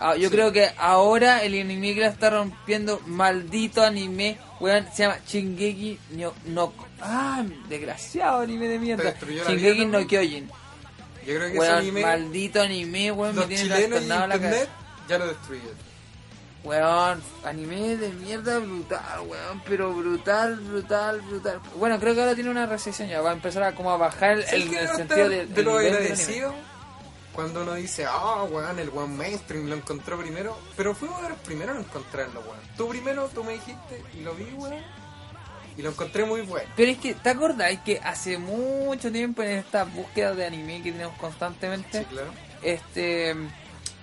Ah, yo Sí. creo que ahora el anime que la está rompiendo, maldito anime, weón, se llama Shingeki no, no- Ah, desgraciado anime de Te mierda. destruyó la Shingeki vida, no ¿no? Kyojin. Yo creo que ese Weón, anime maldito anime, weón, me los tiene chilenos y trastornado la internet cabeza. ya lo destruyen. Weón, anime de mierda brutal, weón, pero brutal, brutal, brutal. Bueno, creo que ahora tiene una recesión ya, va a empezar a como a bajar el, ¿Sabes el qué debo sentido estar de, de lo el nivel del anime. agradecido? Cuando uno dice, ah, weón, el weón mainstream lo encontró primero. Pero fuimos de los primeros en encontrarlo, weón. Tú primero, tú me dijiste y lo vi, weón. Y lo encontré muy bueno. Pero es que, ¿te acordáis que hace mucho tiempo en esta búsqueda de anime que tenemos constantemente, Sí, claro. este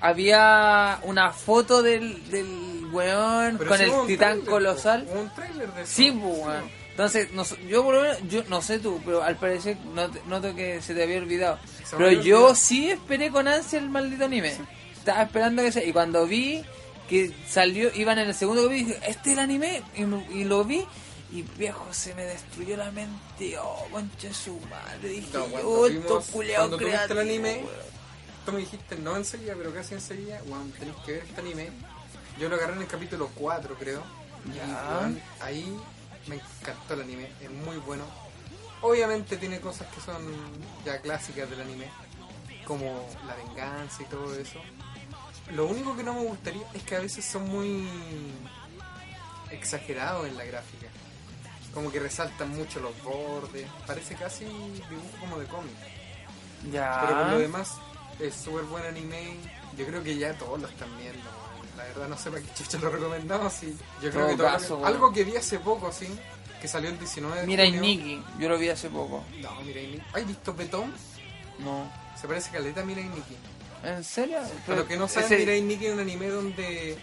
había una foto del, del weón Pero con sí hubo el un titán tráiler, po. colosal? Hubo un trailer de eso. Sí, po, weón. Entonces, no sé- yo por lo menos, yo no sé tú, pero al parecer no te- noto que se te había olvidado. Se me pero había yo olvidado. sí esperé con ansia el maldito anime. Estaba esperando que sea. Y cuando vi que salió, iban en el segundo que vi, dije, este es el anime. Y, me- y lo vi. Y viejo, se me destruyó la mente. Oh, concha de su madre. Dije, No, cuando oh, vimos- estos culeados cuando tuviste el creativos, anime, weón. Tú me dijiste, no enseguida, pero casi enseguida, weón, tenés que ver este anime. Yo lo agarré en el capítulo 4, creo. Y, Ya. weón, ahí me encantó el anime, es muy bueno. Obviamente tiene cosas que son ya clásicas del anime, como la venganza y todo eso. Lo único que no me gustaría es que a veces son muy exagerados en la gráfica. Como que resaltan mucho los bordes, parece casi dibujo como de cómic. Ya. Pero por lo demás, es súper buen anime. Yo creo que ya todos lo están viendo. weón. La verdad no sé para qué chucha lo recomendamos. sí. Yo creo Todo que todo lo caso, que- weón. Algo que vi hace poco, sí. Que salió el 19 de Mira, y junio. Nicky, yo lo vi hace poco. No, Mira y Nicky. ¿Has visto Betón? No. Se parece caleta a Mira y Nicky. ¿En serio? Para los que no saben, ese- Mira y Nicky es un anime donde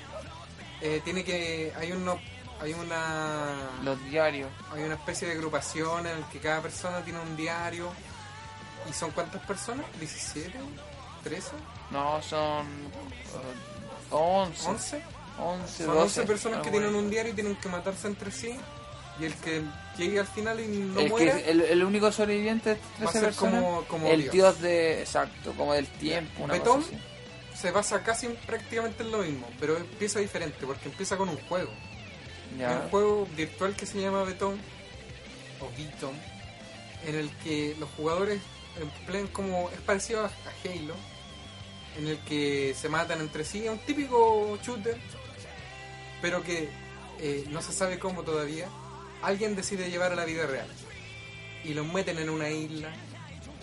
eh, tiene que. hay uno. hay una. Los diarios. hay una especie de agrupación en la que cada persona tiene un diario. ¿Y son cuántas personas? ¿17? ¿13? No, son eh, 11, 11? 11, Son 12. 11 personas que Ah, tienen bueno. un diario y tienen que matarse entre sí. Y el que llegue al final y no el, muera. que, el, el único sobreviviente de Va a 13 ser personas. como- como el Dios. dios de. Exacto, como del tiempo. Una Betón. cosa así. Se basa casi en- prácticamente en lo mismo, pero empieza diferente porque empieza con un juego. Hay Ya. Un juego virtual que se llama Betón o Beaton, en el que los jugadores emplean como. es parecido a, a Halo, en el que se matan entre sí. Es un típico shooter, pero que eh, no se sabe cómo todavía. Alguien decide llevar a la vida real y los meten en una isla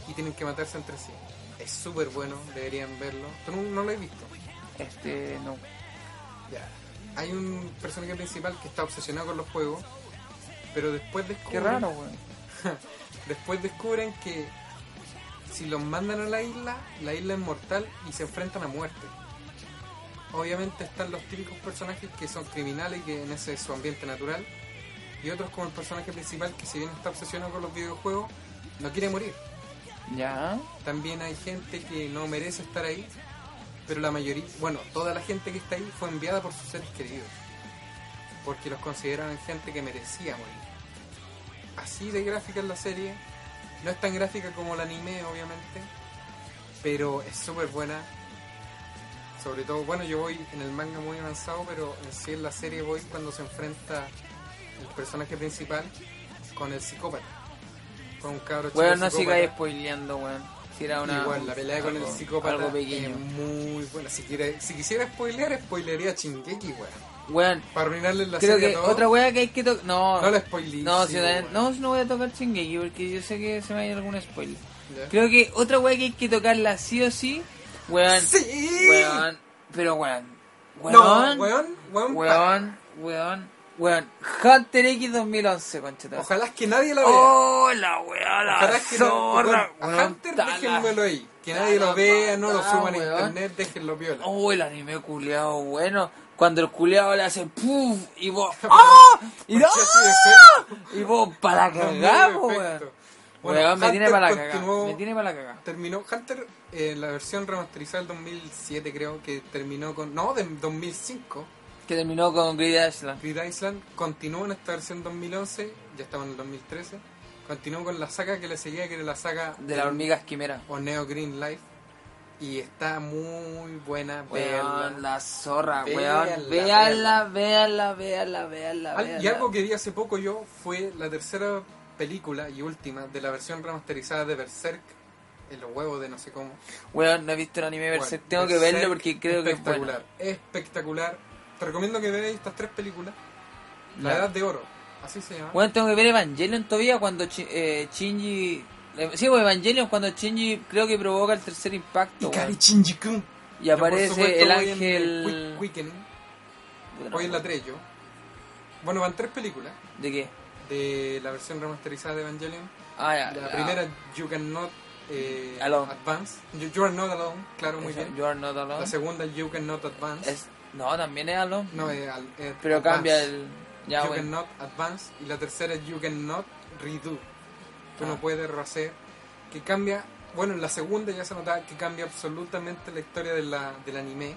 y tienen que matarse entre sí. Es súper bueno, deberían verlo. ¿Tú no, no lo has visto? Este, no. Ya. Hay un personaje principal que está obsesionado con los juegos, pero después descubren, Qué raro, weón. después descubren que si los mandan a la isla, la isla es mortal y se enfrentan a muerte. Obviamente están los típicos personajes que son criminales y que en ese es su ambiente natural, y otros como el personaje principal que si bien está obsesionado con los videojuegos, no quiere morir. Ya. También hay gente que no merece estar ahí, pero la mayoría, bueno, toda la gente que está ahí fue enviada por sus seres queridos, porque los consideraban gente que merecía morir. Así de gráfica es la serie, no es tan gráfica como el anime, obviamente, pero es súper buena. Sobre todo, bueno, yo voy en el manga muy avanzado, pero en sí en la serie voy cuando se enfrenta el personaje principal con el psicópata. Con un cabro chico Weón, no psicópata. sigáis spoileando, weón. Si era una. Igual, la pelea con algo- el psicópata Algo es pequeño. muy buena. Si, quiere, si quisiera spoilear, spoilearía a Chingeki, weón. Weón, Para arruinarle la creo serie que a todos. otra weá que hay que tocar. No, No la spoilees, No, sí, si la- weón. no, si no voy a tocar Shingeki porque yo sé que se me va a ir algún spoiler. Ya. Creo que otra weá que hay que tocarla sí o sí, weón. ¡Sí! Weón. Pero weón. Weón. No, weón, weón, ah, Weón. Weón. Weón. Hunter X 2011, pa- concheta. Ojalá es que nadie la vea. Oh, la weá, la Ojalá es que no- zorra. weón, a Weón, Hunter está la- déjenmelo ahí. Que está nadie lo la vea, no lo patada, suban a weón. internet, déjenlo viola. Oh, el anime culeado bueno. Cuando el culeado le hace puff y [laughs] vos. ¡Ah! Porque Y no. así de Y vos, para efecto, cagar, no, po, de weón. efecto. Bueno, Weón, me tiene Hunter para la cagada. continuó- Me tiene para la cagada. Terminó Hunter eh, la versión remasterizada del 2007 creo que terminó con no del 2005 Que terminó con Greed Island. Grid Island continuó en esta versión 2011, ya estaba en el 2013. Continuó con la saga que le seguía, que era la saga De la hormiga esquimera. o Neo Green Life. Y está muy buena. verla. Weón, la zorra, Véanla, weón. véanla. Véala, véala, véala, véala, Al- véala. y algo que vi hace poco yo fue la tercera película y última de la versión remasterizada de Berserk, en los huevos de no sé cómo. Weón, no he visto el anime Berserk. Bueno, Tengo que Berserk, verlo porque creo que es bueno. espectacular, espectacular. Te recomiendo que veas estas tres películas. La Ya. Edad de Oro, así se llama. Weón, tengo que ver Evangelion todavía cuando Chi- eh, Shinji... eh, Sí, weón, Evangelion cuando Shinji creo que provoca el tercer impacto, Ikari weón. Shinji-kun. Y Yo, por aparece supuesto, el voy en ángel... Quick- Quickening. Puta, no, Hoy en la 3 yo. Bueno, van tres películas ¿De qué? de la versión remasterizada de Evangelion. Ah, ya. Mm, La primera, You Can Not eh, Alone. Advance. You, You Are Not Alone, claro, muy esa, bien. You are not alone. La segunda, You Can Not Advance. Es- no, también es alone. No, es, al- es Pero Advance. cambia el... Ya, you bueno. Cannot Advance, y la tercera es You Cannot Redo. Tú Ah. no puedes rehacer. Que cambia, bueno, en la segunda ya se nota que cambia absolutamente la historia de la, del anime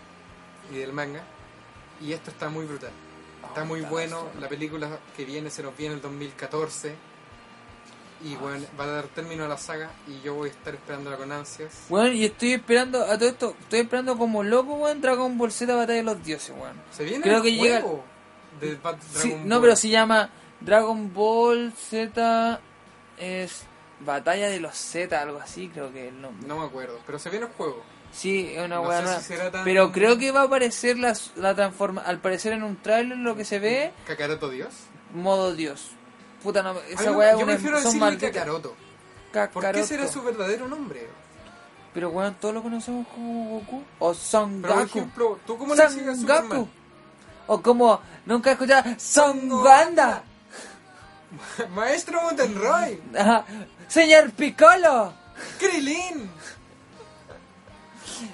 y del manga. Y esto está muy brutal. Oh, Está muy bueno. La película que viene se nos viene el 2014. Ah, Y bueno, va a dar término a la saga y yo voy a estar esperándola con ansias. Bueno, y estoy esperando a todo esto, estoy esperando como loco, weón, Dragon Ball Z Batalla de los Dioses, weón. Se viene Creo el que llega- juego de Bat- Sí, Dragon no, Ball. pero se llama Dragon Ball Z es Batalla de los Z, algo así creo que es el nombre. No me acuerdo, pero se viene el juego. Sí, es una No weá sé nueva. si será tan- Pero creo que va a aparecer la, la transforma, al parecer en un tráiler lo que se ve, Kakaroto Dios. modo Dios. Puta, no, A esa mí me- weá es yo una- prefiero son decirle malditas. Kakaroto. ¿Por Kakaroto. qué será su verdadero nombre? Pero weón, todos lo conocemos como Goku o Son Pero, por Goku. ejemplo, ¿tú cómo le sigues a Son Goku. Superman? O como nunca he escuchado Son Son Wanda. [laughs] Maestro Montenroy, Ajá. Señor Piccolo. Krilin.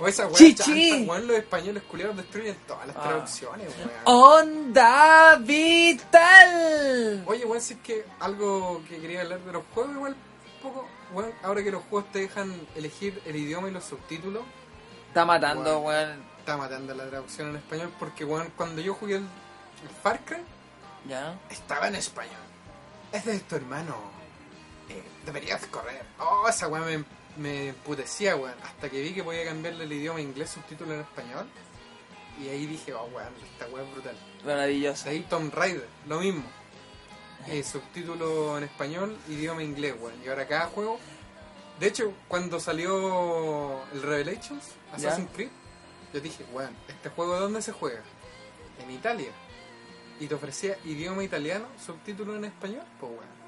O esa wea Chichi. chanta, weón, los españoles culiados destruyen todas las Ah. Oh. traducciones, weón. Onda Vital. Oye, weón, si es que algo que quería hablar de los juegos, igual, un poco, weón, ahora que los juegos te dejan elegir el idioma y los subtítulos, Está matando, weón. está matando la traducción en español, porque, weón, cuando yo jugué el, el Far Cry, Ya. Estaba en español. Ese es tu hermano. Eh, deberías correr. Oh, esa weá me, me emputecía, weón. Hasta que vi que podía cambiarle el idioma inglés subtítulo en español. Y ahí dije, oh, weón, esta weá es brutal. Maravilloso. Ahí Tom Raider, lo mismo. Eh, subtítulo en español, idioma inglés, weón. Y ahora cada juego. De hecho, cuando salió el Revelations, Assassin's Creed, yo dije, weón, ¿este juego dónde se juega? En Italia. Y te ofrecía idioma italiano, subtítulo en español, pues weón.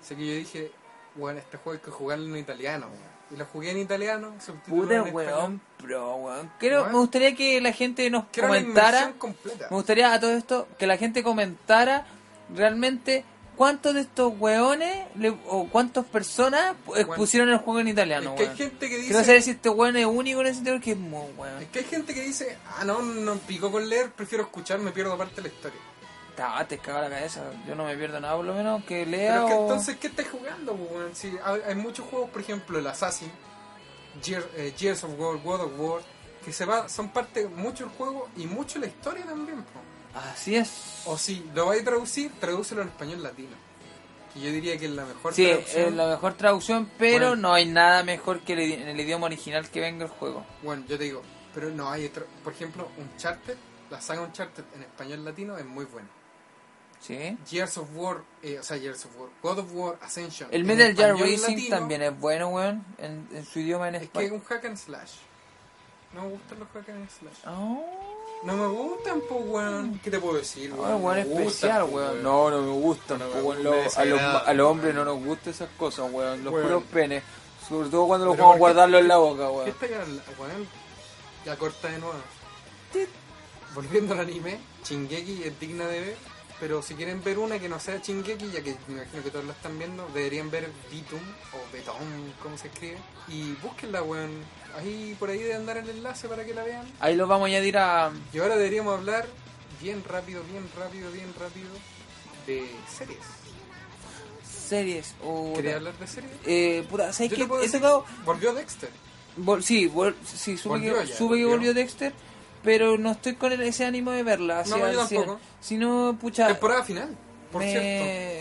Así que yo dije, weón, este juego hay que jugarlo en italiano, weón. Y lo jugué en italiano, subtítulo Puta en español. weón, pro, weón. Creo, Weón. me gustaría que la gente nos Que era una comentara. inmersión completa. Me gustaría a todo esto que la gente comentara realmente cuántos de estos weones le- o cuántas personas pu- Weón. pusieron el juego en Es italiano, que hay weón. gente que dice... Quiero saber si este weón es único en ese sentido porque es muy weón. Es que hay gente que dice, ah, no, no picó con leer, prefiero escuchar, me pierdo parte de la historia. Ta, te caga la cabeza. Yo no me pierdo nada, por lo menos que lea Pero es que o- entonces, ¿qué estás jugando? po, weón? Si hay, hay muchos juegos, por ejemplo, el Assassin, Gear- eh, Gears of War, God of War, que se va, son parte mucho el juego y mucho la historia también. po. Así es. O si lo vais a traducir, tradúcelo en español latino. Que yo diría que es la mejor Sí, traducción. es la mejor traducción, pero Bueno. no hay nada mejor que el idi- en el idioma original que venga el juego. Bueno, yo te digo, pero no hay otro. Por ejemplo, Uncharted, la saga Uncharted en español latino es muy buena. ¿Sí? Gears of War, eh, o sea, Gears of War, God of War, Ascension. El en Metal Gear español Racing latino, también es bueno, weón, en, en su idioma en Es que es español. un hack and slash. No me gustan los hack and slash. Ah. No me gustan, po, weón. ¿Qué te puedo decir, Ah, el weón Me gustan, especial, po, weón. No, no me gustan, No me po, weón. gustan, Lo- me a, los, desagradan, a los hombres no weón. nos gustan esas cosas, weón. Los Weón. puros penes. Sobre todo cuando los Pero porque- jugamos guardarlo en la boca, ¿Qué weón. está acá, weón? La corta de nuevo. este Volviendo al anime, Chingeki es digna de ver. Pero si quieren ver una que no sea Chingeki, ya que me imagino que todos la están viendo, deberían ver Bitum o Beton, como se escribe. Y búsquenla, weón. Ahí por ahí deben andar el enlace para que la vean. Ahí los vamos a añadir a. Y ahora deberíamos hablar bien rápido, bien rápido, bien rápido de series. Series. o ¿Quería hablar de series? Eh, puta, ¿sabes Yo te qué? puedo He decir, tocado. Volvió Dexter. vol- sí, vol- sí, supe, Volvió ya, que, supe que volvió. volvió Dexter. Pero no estoy con el- ese ánimo de verla. así No, yo al cien. tampoco. Si no, pucha. Temporada final, por me-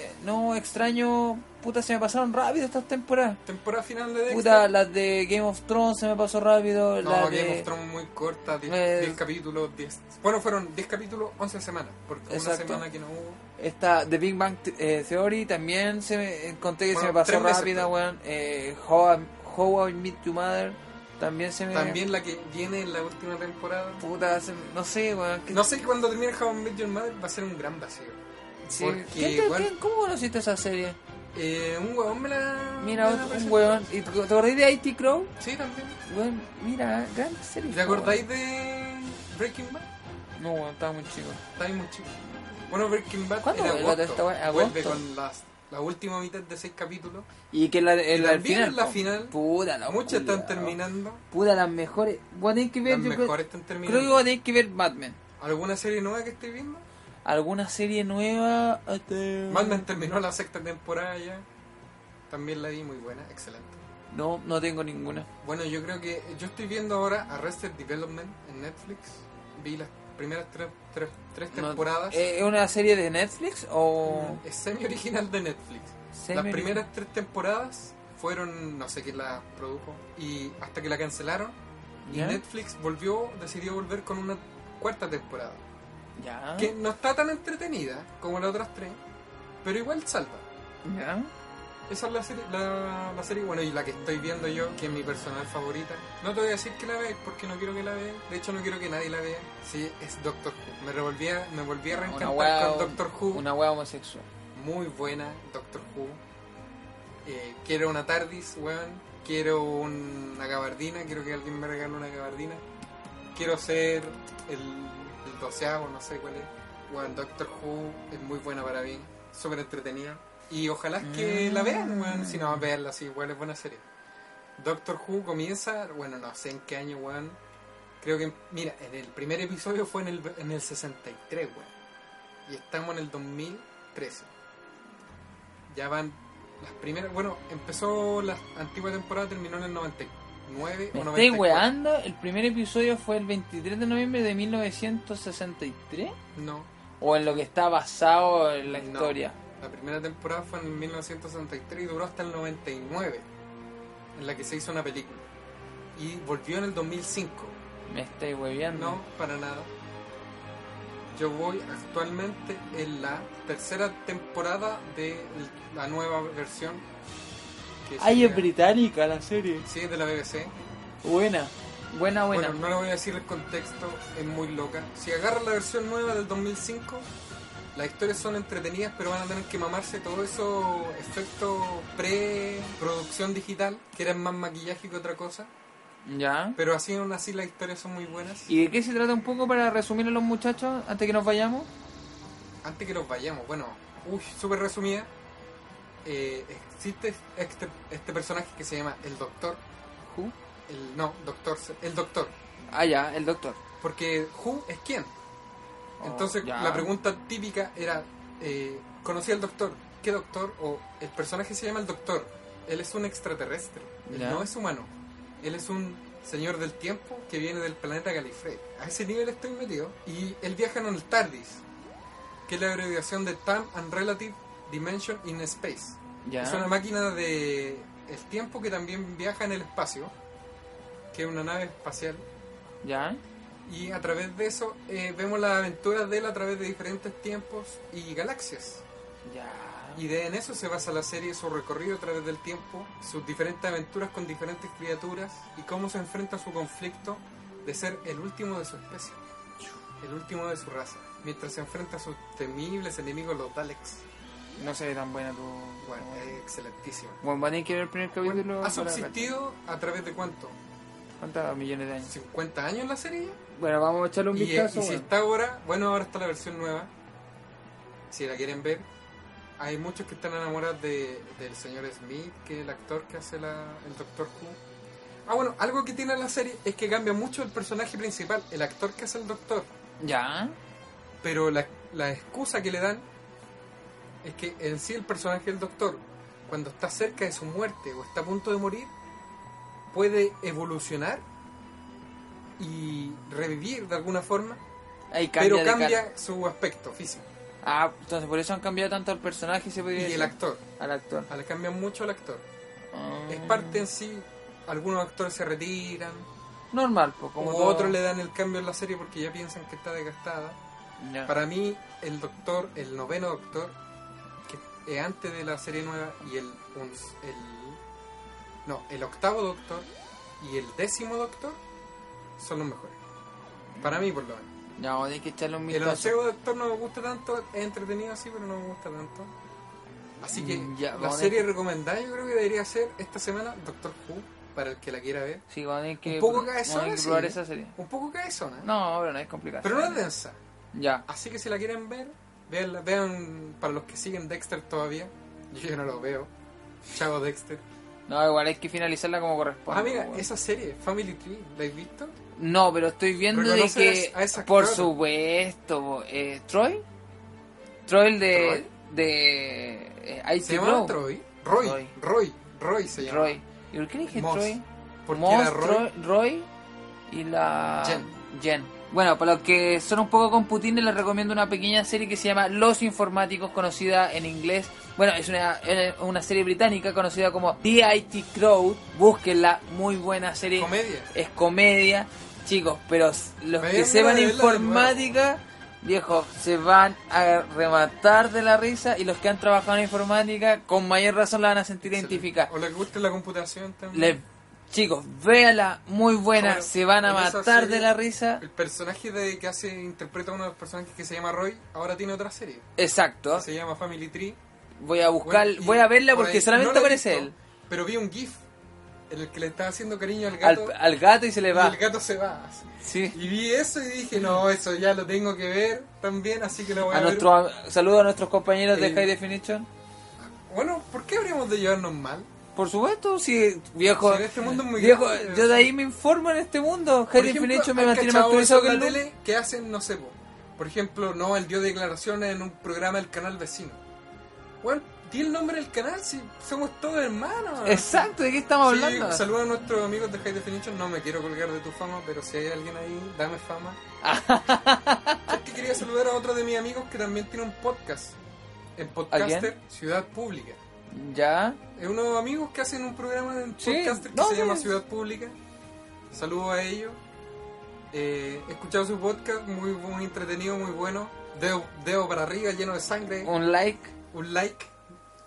cierto. No, extraño. Puta, se me pasaron rápido estas temporadas. Temporada final de Dexter. Puta, las de Game of Thrones se me pasó rápido. no, la Game de... of Thrones muy corta, 10 Eh, capítulos, 10. Bueno, fueron 10 capítulos, 11 semanas, porque Exacto. una semana que no hubo. Esta The Big Bang Th- eh, Theory también se me encontré que Bueno, se me pasó tres meses, rápida, pero- weón. Eh, How, I, How I Meet Your Mother también se me. También la que viene en la última temporada. Puta, se me- no sé, weón. que- No sé que cuando termine How I Met Your Mother va a ser un gran vacío. sí. porque, ¿Quién te- bueno- quién- ¿Cómo conociste esa serie? Eh, un huevón me la. Mira, me la otro- un presentó. weón. ¿Y ¿Te te acordás de IT Crow? Sí, también. Weón, mira, gran serie. ¿Te weón. acordáis de Breaking Bad? No, weón, estaba muy chico. Está bien muy chido. Bueno, Breaking Bad ¿Cuándo en vuelve agosto. esta wea? ¿Agosto? Vuelve con las, la última mitad de seis capítulos. Y que la, el, Y la también final. en la po. final, Puta, la Muchas están culiao. terminando. Puta, las mejores. Voy a tener que ver. Las yo creo- mejores están creo que terminando. voy a tener que ver Batman. ¿Alguna serie nueva que estoy viendo? alguna serie nueva. Este- Hasta... Madman terminó la sexta temporada ya. También la vi muy buena, excelente. No, no tengo ninguna. Bueno, yo creo que yo estoy viendo ahora Arrested Development en Netflix. Vi las primeras tres, tres, tres No- temporadas. ¿Eh, ¿Es una serie de Netflix o.? Es semi original de Netflix. Semi-original. Las primeras tres temporadas fueron, no sé quién las produjo, y hasta que la cancelaron. Y ¿Ya? Netflix volvió, decidió volver con una cuarta temporada. Ya. Que no está tan entretenida como las otras tres, pero igual salva. Ya. Esa es la serie, la, la serie, bueno, y la que estoy viendo yo, que es mi personal favorita. No te voy a decir que la veas porque no quiero que la veas. De hecho, no quiero que nadie la vea. Sí, es Doctor Who. Me, revolví a- me volví a Una reencantar wea- con Doctor Who. Una wea homosexual. Muy buena, Doctor Who. Eh, quiero una TARDIS, weón. Quiero una gabardina. Quiero que alguien me regale una gabardina. Quiero ser el, el doceavo, no sé cuál es. Weón, Doctor Who es muy buena para mí. Súper entretenida. Y ojalá que la vean, weón. Si no, veanla, sí, igual es buena serie. Doctor Who comienza, bueno, no sé en qué año, weón. Creo que, mira, en el primer episodio fue en el, en el 63, weón. Y estamos en el 2013. Ya van las primeras. Bueno, empezó la antigua temporada, terminó en el 99 Me o estoy 94. weando. El primer episodio fue el 23 de noviembre de 1963. No, O en lo que está basado en la No. historia. la primera temporada fue en 1963 y duró hasta el 99, en la que se hizo una película. Y volvió en el 2005. Me estoy hueveando. No, para nada. Yo voy actualmente en la tercera temporada de la nueva versión. que Ay, es sería- británica la serie. Sí, de la BBC. Buena. Buena, buena. Bueno, no le voy a decir el contexto, es muy loca. Si agarras la versión nueva del 2005, las historias son entretenidas, pero van a tener que mamarse todo eso efectos pre-producción digital, que eran más maquillaje que otra cosa. Ya. Pero así aún así las historias son muy buenas. ¿Y de qué se trata un poco para resumir a los muchachos antes que nos vayamos? Antes que nos vayamos, bueno, uy, súper resumida. eh, existe este, este personaje que se llama el Doctor. Who. El, no, Doctor. El Doctor. Ah, ya, el doctor. Porque Who es quién. Entonces Oh, ya. la pregunta típica era, eh, ¿conocí al doctor? ¿Qué doctor? O el personaje se llama el doctor. Él es un extraterrestre. Él Ya. no es humano. Él es un señor del tiempo que viene del planeta Galifrey. A ese nivel estoy metido. Y él viaja en el TARDIS, que es la abreviación de Time and Relative Dimension in Space. Ya. Es una máquina de el tiempo que también viaja en el espacio, que es una nave espacial Ya. y a través de eso eh, vemos las aventuras de él a través de diferentes tiempos y galaxias. Ya. Y de en eso se basa la serie, su recorrido a través del tiempo, sus diferentes aventuras con diferentes criaturas y cómo se enfrenta a su conflicto de ser el último de su especie, el último de su raza, mientras se enfrenta a sus temibles enemigos los Daleks. No se ve tan buena tu. Bueno, es excelentísima. Bueno, van a tener que ver el primer capítulo. Bueno, ha para- subsistido a través de cuánto? ¿Cuántos millones de años? ¿50 años la serie? Bueno, vamos a echarle un Y, eh, vistazo. y si bueno. está ahora, bueno, ahora está la versión nueva. Si la quieren ver, hay muchos que están enamorados de, del señor Smith, que es el actor que hace la, el Doctor Who. Ah, bueno, algo que tiene la serie es que cambia mucho el personaje principal, el actor que hace el Doctor. Ya. Pero la, la excusa que le dan es que en sí el personaje del Doctor, cuando está cerca de su muerte o está a punto de morir, puede evolucionar y revivir de alguna forma Ahí cambia. pero de cambia cara. su aspecto físico Ah, entonces por eso han cambiado tanto al personaje, se podría y el decir? actor. al actor. Le cambian mucho al actor. Ah. Es parte en sí. Algunos actores se retiran, Normal, pues, como como todo. otros le dan el cambio en la serie porque ya piensan que está desgastada. Ya. Para mí, el doctor, el noveno doctor, que es antes de la serie nueva, y el, uns- el. No, el octavo doctor y el décimo doctor son los mejores. Para mí, por lo menos. Ya, vamos a tener que echarle un El vistazo. onceavo doctor no me gusta tanto, es entretenido así, pero no me gusta tanto. Así que Mm, ya, la vamos a serie recomendada yo creo que debería ser esta semana Doctor Who, para el que la quiera ver. Sí, vamos a tener que. Un poco vamos a cabezona, tener que sí. probar esa serie. Un poco caezona, No, pero no es complicado. pero no es densa. Ya. Así que si la quieren ver, veanla, vean para los que siguen Dexter todavía. Yo ya no lo veo. Chavo Dexter. No, igual hay que finalizarla como corresponde. Ah, mira, weón. esa serie, Family Tree, ¿la has visto? No, pero estoy viendo de ¿Reconoces que. a ese actor? Por supuesto, po. eh, Troy. Troll de. de. eh, IT ¿Se llama Pro. Troy? Roy. Roy. Roy. Roy. se llama. Roy. ¿Y por qué le dije Moss. Troy? Porque Moss, era Roy. Troy- Roy y la. Jen. Jen. Bueno, para los que son un poco computines, les recomiendo una pequeña serie que se llama Los Informáticos, conocida en inglés. Bueno, es una, es una serie británica conocida como The IT Crowd. Búsquenla, muy buena serie. Comedia. Es comedia, chicos, pero s- los Me que dieron sepan ganas de verla de informática, viejo, se van a rematar de la risa y los que han trabajado en informática, con mayor razón la van a sentir identificada. O le gusta la computación también. Le- chicos, véala, muy buena, Bueno, se van a en esa matar serie- de la risa. El personaje de que hace, interpreta a uno de los personajes que se llama Roy, ahora tiene otra serie. Exacto, que se llama Family Tree. voy a buscar, Bueno, y ¿Ah? voy a verla por porque ahí- solamente no la he aparece visto, él. Pero vi un GIF en el que le estaba haciendo cariño al Al, gato. al gato y se le y va. el gato se va. así. Sí. Y vi eso y dije, no, eso ya lo tengo que ver también, así que lo voy a, A ver. nuestro, saludo a nuestros compañeros de El- High Definition. Bueno, ¿por qué habríamos de llevarnos mal? Por supuesto, si viejo. Si en este mundo es muy viejo, grande. yo de ahí me informo en este mundo. Por High ejemplo, Definition me ¿han mantiene más cachado eso actualizado en que el la tele. tele que hacen, no sé, po? por ejemplo, Noel dio declaraciones en un programa del canal vecino. Bueno, di el nombre del canal si somos todos hermanos. Exacto, ¿de qué estamos Sí, hablando? saludo a nuestros amigos de High Definition. No me quiero colgar de tu fama, pero si hay alguien ahí, dame [laughs] fama. es que quería saludar a otro de mis amigos que también tiene un podcast. En Podcaster Ciudad Pública. Ya, Es unos amigos que hacen un programa en Sí, Podcaster que no, se sí. llama Ciudad Pública. Saludo a ellos. Eh, he escuchado su podcast, muy, muy entretenido, muy bueno. Dedo, dedo para arriba, lleno de sangre. un like. Un like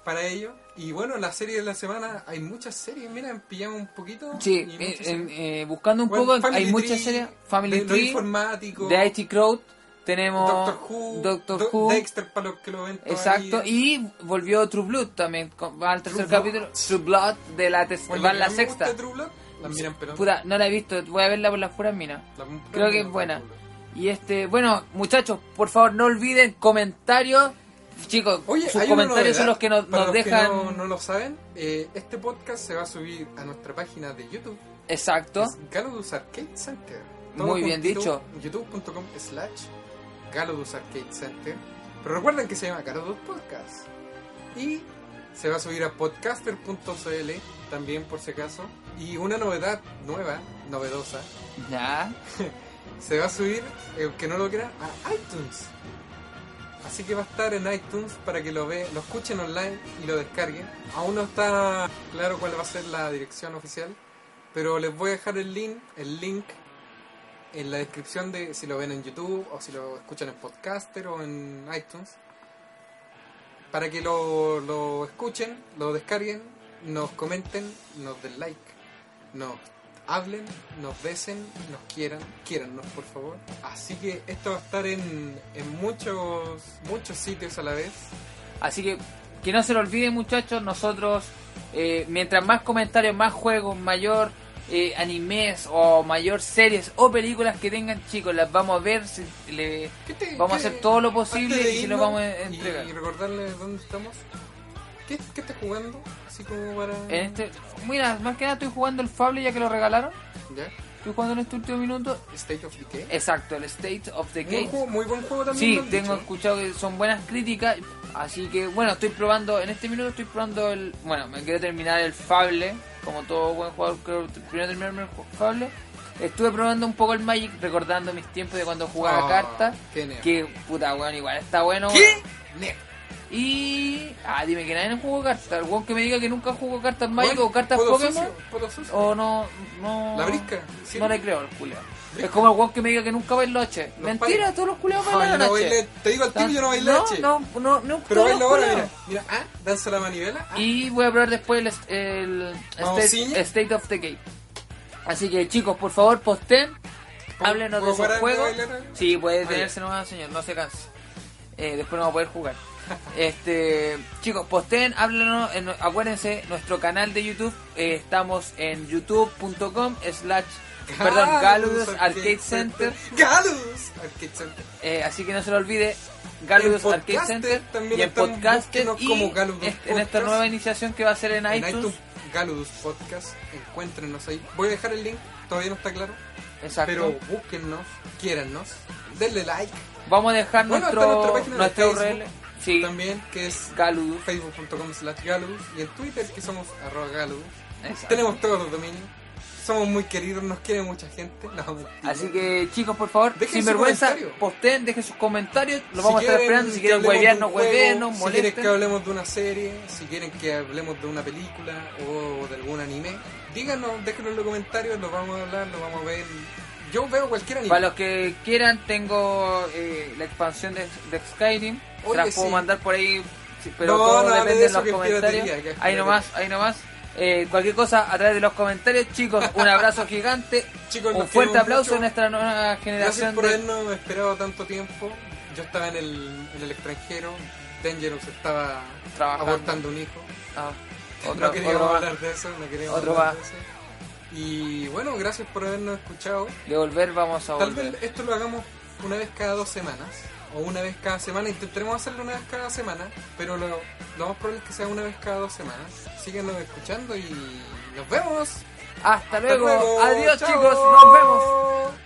para ellos. Y bueno, la serie de la semana, hay muchas series. Mira, pillamos un poquito. Sí, y eh, muchas en- series. eh, buscando un Bueno, poco, Family hay muchas Tree, series. Family de lo Tree, informático, de IT Crowd, tenemos Doctor Who, Doctor Do- Who, Dexter para los que lo ven Exacto, todavía. y volvió True Blood también, con- va al tercer True capítulo. True Blood de la, tes- Bueno, va lo que en la a mí me gusta sexta. de True Blood, la miran, pero- Puta, no la he visto, voy a verla por las puras minas. la- creo que es buena. Y este, bueno, muchachos, por favor no olviden comentarios. Chicos, Oye, sus hay una comentarios son novedad, los que nos, para nos los que dejan. no, no lo saben, eh, este podcast se va a subir a nuestra página de YouTube. Exacto. Es Galodus Arcade Center. Muy bien dicho. YouTube.com slash Galodus Arcade Center. Pero recuerden que se llama Galodus Podcast. Y se va a subir a podcaster.cl también por si acaso. Y una novedad nueva, novedosa, Ya. se va a subir, el que no lo crea, a iTunes. Así que va a estar en iTunes para que lo ve, lo escuchen online y lo descarguen. Aún no está claro cuál va a ser la dirección oficial, pero les voy a dejar el link, el link en la descripción de si lo ven en YouTube o si lo escuchan en Podcaster o en iTunes para que lo, lo escuchen, lo descarguen, nos comenten, nos den like, nos hablen, nos besen, nos quieran, quiérannos por favor. Así que esto va a estar en, en muchos, muchos sitios a la vez. Así que que no se lo olviden muchachos, nosotros eh, mientras más comentarios, más juegos, mayor eh, animes o mayor series o películas que tengan chicos, las vamos a ver, si le- ¿Qué te- vamos a qué- hacer todo lo antes posible de y se lo irnos vamos a y- entregar. Y, recordarles dónde estamos. ¿Qué, qué estás jugando? Así como para... En este, mira, más que nada estoy jugando el Fable ya que lo regalaron, ¿Ya? estoy jugando en este último minuto. State of Decay. Exacto, el State of the Muy, Game. juego- muy buen juego también. Sí, me han tengo dicho. escuchado que son buenas críticas. Así que bueno, estoy probando, en este minuto estoy probando el... Bueno, me quiero terminar el Fable, como todo buen jugador, quiero t- primero terminarme el ju- Fable. Estuve probando un poco el Magic, recordando mis tiempos de cuando jugaba Ah, cartas. qué nerd. Que puta, weón, igual está bueno. ¿Qué? Nerd. weón. Y... Ah, dime que nadie no jugó cartas. El weón que me diga que nunca jugó cartas Magic Bueno, o cartas puedo Pokémon. Oh, sucio, puedo sucio. O no... no La brisca, sí. No le creo al culiao. Brisca. Es como el weón que me diga que nunca va en noche. Los Mentira, padres. todos los culiados No, bailan yo en no noche. bailé, te digo al tiro, yo no bailé No, che. no, no, no, Pero todos baila ahora, culeados. mira. Mira, ah, danza la manivela. ah. Y voy a probar después el, est- el Vamos, state, ciña. State of the Game. Así que chicos, por favor, posten, ¿Puedo- háblenos de puedo sus parar de juegos. bailar? Sí, puede Ah, tenerse nomás, señor, no se canse. Eh, después no va a [laughs] poder jugar. Este, chicos, posten, háblenos, en- acuérdense, nuestro canal de YouTube, eh, estamos en youtube.com slash, Eh, perdón, Ah, Galus Arcade este. Center. Galus Arcade Center. Eh, así que no se lo olvide, Galudus En Arcade Podcaster Center también y en estamos, Podcaster búsquenos y como Galudus este- en esta Podcast. nueva iniciación que va a ser en En iTunes. iTunes, Galudus Podcast, encuéntrenos ahí. Voy a dejar el link, todavía no está claro. Exacto. Pero búsquennos, quiérannos, denle like. Vamos a dejar Bueno, nuestro, está nuestra página de nuestra Facebook. URL. Sí. también, que es Galus. facebook.com slash galus y en Twitter que somos arroba galus. Exacto. Tenemos todos los dominios. Somos muy queridos, nos quiere mucha gente. No, mentira. Así que chicos, por favor, Dejen sin su vergüenza, comentario. posteen, dejen sus comentarios, Si los vamos a estar quieren esperando. Si que quieren hablemos de un huevearnos, juego, huevenos, Si quieren que molesten. hablemos de una serie, si quieren que hablemos de una película o de algún anime, díganos, déjenos en los comentarios, los vamos a hablar, los vamos a ver. Yo veo cualquier anime. Para los que quieran, tengo eh, la expansión de, de Skyrim. Oye, se las puedo sí. mandar por ahí, sí, No, pero todo no, depende de de eso los que es comentarios. piratería, que es Ahí nomás, ahí nomás. Eh, cualquier cosa a través de los comentarios, chicos, un abrazo gigante. Chicos, un los fuerte queremos aplauso mucho. a nuestra nueva Gracias generación por de habernos esperado tanto tiempo. Yo estaba en el, en el extranjero, Dangerous estaba Trabajando. abortando un hijo. Ah, otro, no queríamos otro más. hablar de eso, no queríamos Otro hablar va. de eso. Y bueno, gracias por habernos escuchado. De volver, vamos a Tal volver. vez esto lo hagamos una vez cada dos semanas, o una vez cada semana, intentaremos hacerlo una vez cada semana, pero lo, lo más probable es que sea una vez cada dos semanas. Síguenos escuchando y nos vemos. Hasta, luego. luego. Adiós, Chao. chicos. Nos vemos.